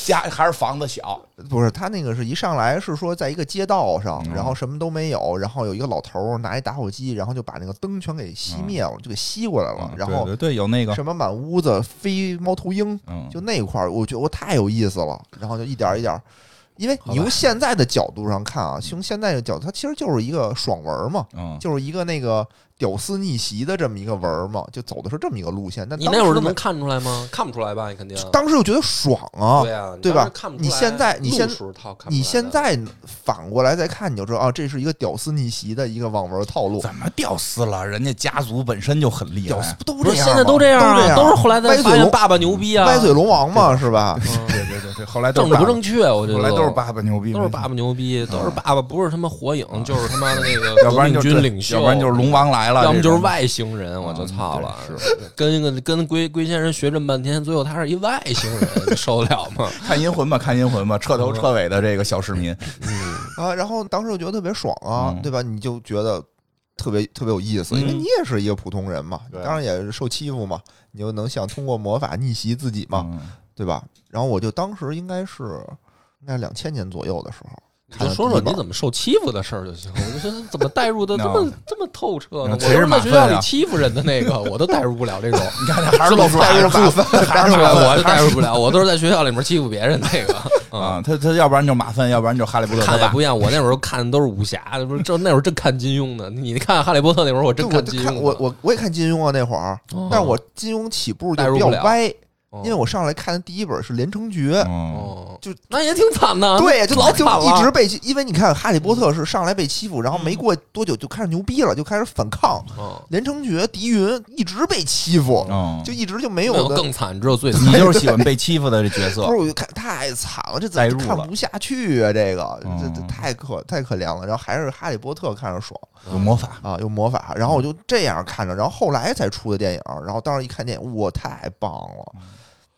家还是房子小，
不是他那个是一上来是说在一个街道上，
嗯
然后什么都没有，然后有一个老头儿拿一打火机，然后就把那个灯全给熄灭了，就给吸过来了
嗯，
然
对
后
对对有那个
什么满屋子飞猫头鹰，
嗯
就那块儿，我觉得我太有意思了。然后就一点儿一点儿，因为你用现在的角度上看啊，从现在的角度，它其实就是一个爽文嘛，
嗯，
就是一个那个屌丝逆袭的这么一个文嘛，就走的是这么一个路线。但
你
当
那会
时
儿能
没
看出来吗？看不出来吧？你肯定。
当时就觉得爽啊，
对啊，你
对吧
当时看不出来
你现在你现
路数套看不出来的
你现在反过来再看，你就知道啊，这是一个屌丝逆袭的一个网文套
哎
路。
怎么屌丝了？人家家族本身就很厉害，
屌丝不都
不
这
是
样吗？
现在都
这
这样
都
啊，都是后来才
歪
发
嘴
现
龙
爸爸牛逼啊，
歪嘴龙王嘛，是 吧？
嗯
对对对对，后来都
政
是
治不
爸爸
正确，我觉得
后来都是爸爸牛逼，
都是爸爸牛逼，都是爸爸，不是他妈火影，就是他妈的那个
要不然就
革
是
命军领袖，
要不然就是龙王来了，
要么就是
这种嗯
外星人，我就操了， 跟一个跟龟龟仙人学这么半天，最后他是一外星人，你受得了吗？
看阴魂吧，看阴魂吧，彻头彻尾的这个小市民，
啊，然后当时我觉得特别爽啊，
嗯
对吧？你就觉得特别特别有意
嗯
思，因为你也是一个普通人嘛，
啊
你当然也是受欺负嘛，你又能想通过魔法逆袭自己嘛，
嗯
对吧？然后我就当时应该是应该两千年左右的时候，
你
看
就
了
说说
第一本
你怎么受欺负的事儿就行。我就觉得怎么带入的 这
No
么这么透彻呢？我
垂直
都是
马
在
粪
学
啊
校里欺负人的那个，我都带入不了 这种。
你看这还是露出
还
还
是
是
马
爸
粪，
还 是
对，
马
我
粪
就带入不了，我都是在学校里面欺负别人 那个。嗯，
啊，他他要不然就马粪，要不然就哈利波特
看
他
也
爸
不。一样，我那会儿看的都是武侠，不是这那会儿正看金庸呢。你看《哈利波特》那会儿，我
对，
真
我
看
就
金庸
看
呢。
我我我也看金庸啊那会儿，
哦
但是我金庸起步
带
就
入
比较
不了
歪，
哦
因为我上来看的第一本是《连城诀》，
嗯，
哦，
就
那也挺惨的。
对，就
哦老
就
惨了，嗯
一直被欺，因为你看《哈利波特》是上来被欺负，然后没过多久就开始牛逼了，就开始反抗。
哦
连城诀、狄云一直被欺负，
嗯
就一直就没
那
有
哦有
的。
更惨，只有最惨
你。就是喜欢被欺负的这角 色
不是，，我就看太惨了，这怎
代
么
入
看
了
不下去啊？这个
嗯
这
哦
这太可太可怜了。然后还是《哈利波特》看着爽
有魔法。
啊，有魔法。然后
嗯
我就这样看着，然后后来才出的电影。然后当时一看电影，哇，太棒
嗯
了！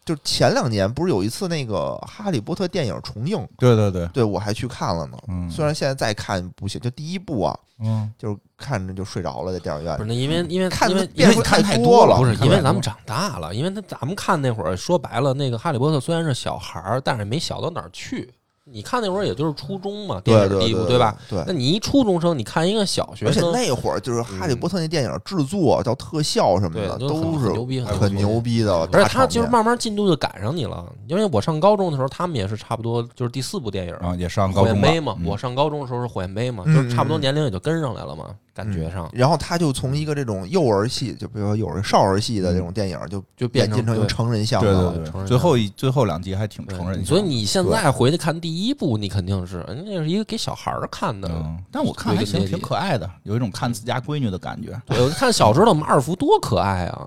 就前两年不是有一次那个《哈利波特》电影重映，
对对对，
对我还去看了呢。
嗯
虽然现在再看不行，就第一部啊，
嗯，
就是看着就睡着了，在电影院
不是，
里。
那因为因为
看
因
得
为因
变
为
数
看
太
太
多
多
了，
了
不是
看
因为
太
咱
多
们长大了，因为他咱们看那会儿，说白了，那个《哈利波特》虽然是小孩儿，但是没小到哪儿去。你看那会儿也就是初中嘛，电
对
影
对
地步
对
对吧？
对
那你一初中生，你看一个小学
而且
生，嗯
那会儿就是《哈利波特》那电影制作到特效什么的，
对都很
是
很牛逼很
很
牛逼
牛逼的。
而且
大场
他就是
面
慢慢进度就赶上你了。因为我上高中的时候，他们也是差不多，就是第四部电影。
啊，也上
火
高
焰
中
杯
了
嘛，
嗯
我上高中的时候是火焰杯嘛，
嗯
就是差不多年龄也就跟上来了嘛，感觉上
然后他就从一个这种幼儿系，就比如说幼儿少儿系的这种电影，就
嗯就变
演
成
进成有
对
成人向
对
的
对
了。
对
成
对，
人
最后一最后两集还挺成人向
对
的，
嗯所以你现在回去看第一部，你肯定是嗯那是一个给小孩儿看的。
嗯，但我看还行，挺可爱的，有一种看自家闺女的感觉。
对，我看小时候的马尔福多可爱 啊，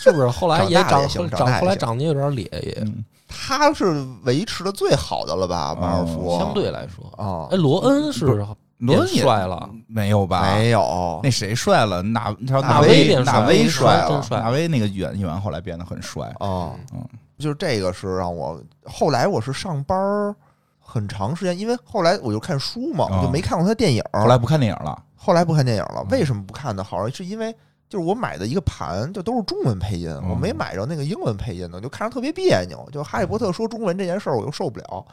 是不是？后来也
长大了也行
长
长大也
后来
行
长得有点咧，也
嗯，
他是维持的最好的了吧？马尔福
哦相对来说。
啊
哎，，罗恩是不是
罗恩也
变帅了？
没有吧？
没有
那谁帅了？纳叫
纳
纳
威
威，
变帅
纳
了
威
真
帅
真
了，
帅哦
纳威那个演员后来变得很帅。
啊，
嗯，
就是这个是让我后来我是上班儿很长时间，因为后来我就看书嘛，
啊
哦
我就没看过他电影。
后来不看电影了。
后来不看电影了，为什么不看呢？好像是因为就是我买的一个盘，就都是中文配音，我没买着那个英文配音的，就看着特别别扭。就哈利波特说中文这件事儿，我又受不了。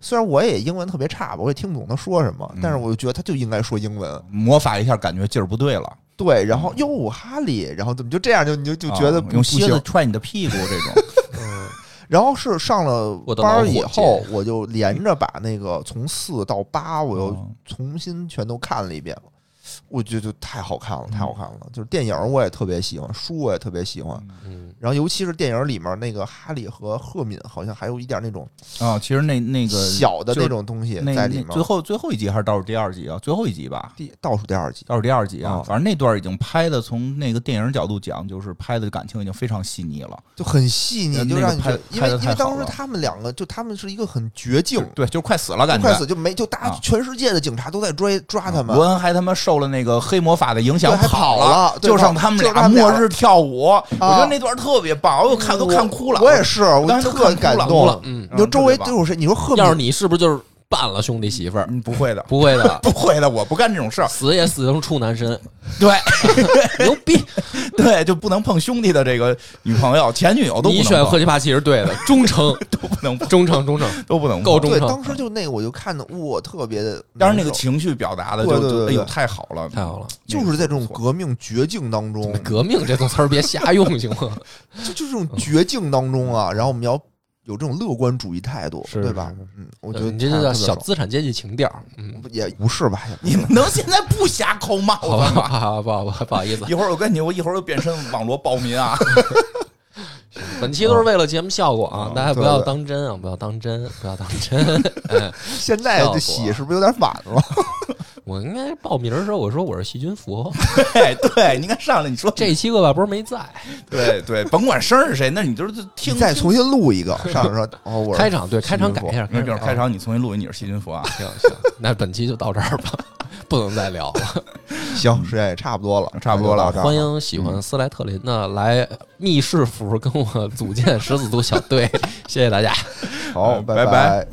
虽然我也英文特别差吧，我也听不懂他说什么，但是我就觉得他就应该说英文。
魔法一下，感觉劲儿不对了，
对，然后哟哈利，然后怎么就这样就你就就觉得
啊
不
用
不
蝎子
行。
踹你的屁股这种，
嗯，
然后是上了
我的
班
老
儿
伙
以
计
后，我就连着把那个从四到 八，我又
嗯
重新全都看了一遍了。我觉得就太好看
嗯
了，太好看了！就是电影我也特别喜欢，书我也特别喜欢。
嗯，
然后尤其是电影里面那个哈利和赫敏，好像还有一点那种
啊，其实那那个
小的
就
那
是
种东西
那
在里面。
那最后最后一集还是倒数第二集啊？最后一集吧，
第倒数第二集，
倒数第二集
啊
啊。反正那段已经拍的，从那个电影角度讲，就是拍的感情已经非常细腻了。
就很细腻，
那
就
那个
让你觉得，
拍
因为
拍得
因为
太好
当时
了
他们两个就他们是一个很绝境，
对，就快死了，感
就
觉
快死就没就大家
啊
全世界的警察都在追抓他们
罗。恩还他妈受了那个黑魔法的影
对
响
还跑了对
就
跑
剩他们
就他
俩
们俩啊
末日跳舞。我觉得那段特别棒，我看都看哭了。
我也是，我
当时都
特
看哭
感
了
动
哭了嗯
你说
嗯
周围
特别棒
都有谁？你说赫敏
要是你是不是就是办了兄弟媳妇儿？
嗯不会的，，
不会的
不会的，我不干这种事儿。
死也死成处男身，
对，
牛逼！
对，就不能碰兄弟的这个女朋友、前女友都不
你
能
选
碰
赫奇帕奇是对的，忠诚，
都不能碰，
忠诚，忠诚，
都不能碰
够。忠
对，
诚。
当时就那个我就看的，我特别的，
当然，那个情绪表达的就
对对
就
对
哎呦
对
太好了，
太好了，
就是在这种革命绝境当中，
革嗯命这种词儿别瞎用行吗？
就就这种绝境当中啊，然后我们要有这种乐观主义态度，
是
对吧
是是？
嗯， 我觉得
你这就
太
叫
特别
小
爽
资产阶级情调，嗯，
也不是 吧？
你们能现在不瞎扣帽
好
子
吧，
吗？
好吧，不好不好不好意思，
一会儿我跟你，我一会儿又变身网络暴民啊！
本期都是为了节目效果啊，大家不要
哦对对
当真啊，不要当真，不要当真。 哎
现在
效果
这洗是不是有点晚了？
我应该报名的时候我说我是细菌佛，
对对，你看上来你说
这一期恶霸波 没在，
对对，甭管声儿是谁，那你就是
你
听
再重新录一个，上来说哦，我是
开场对开场
细
改
菌佛
一下，
那比如
改
开
一下
场你重新录音，你是细菌佛啊？
行行，那本期就到这儿吧， 不能再聊了。
行，时间也差不嗯多了，
差不多了
那就到这儿
欢迎喜欢斯莱特林的来密室服跟我组建十四组小队，谢谢大家。
好，
拜
拜
拜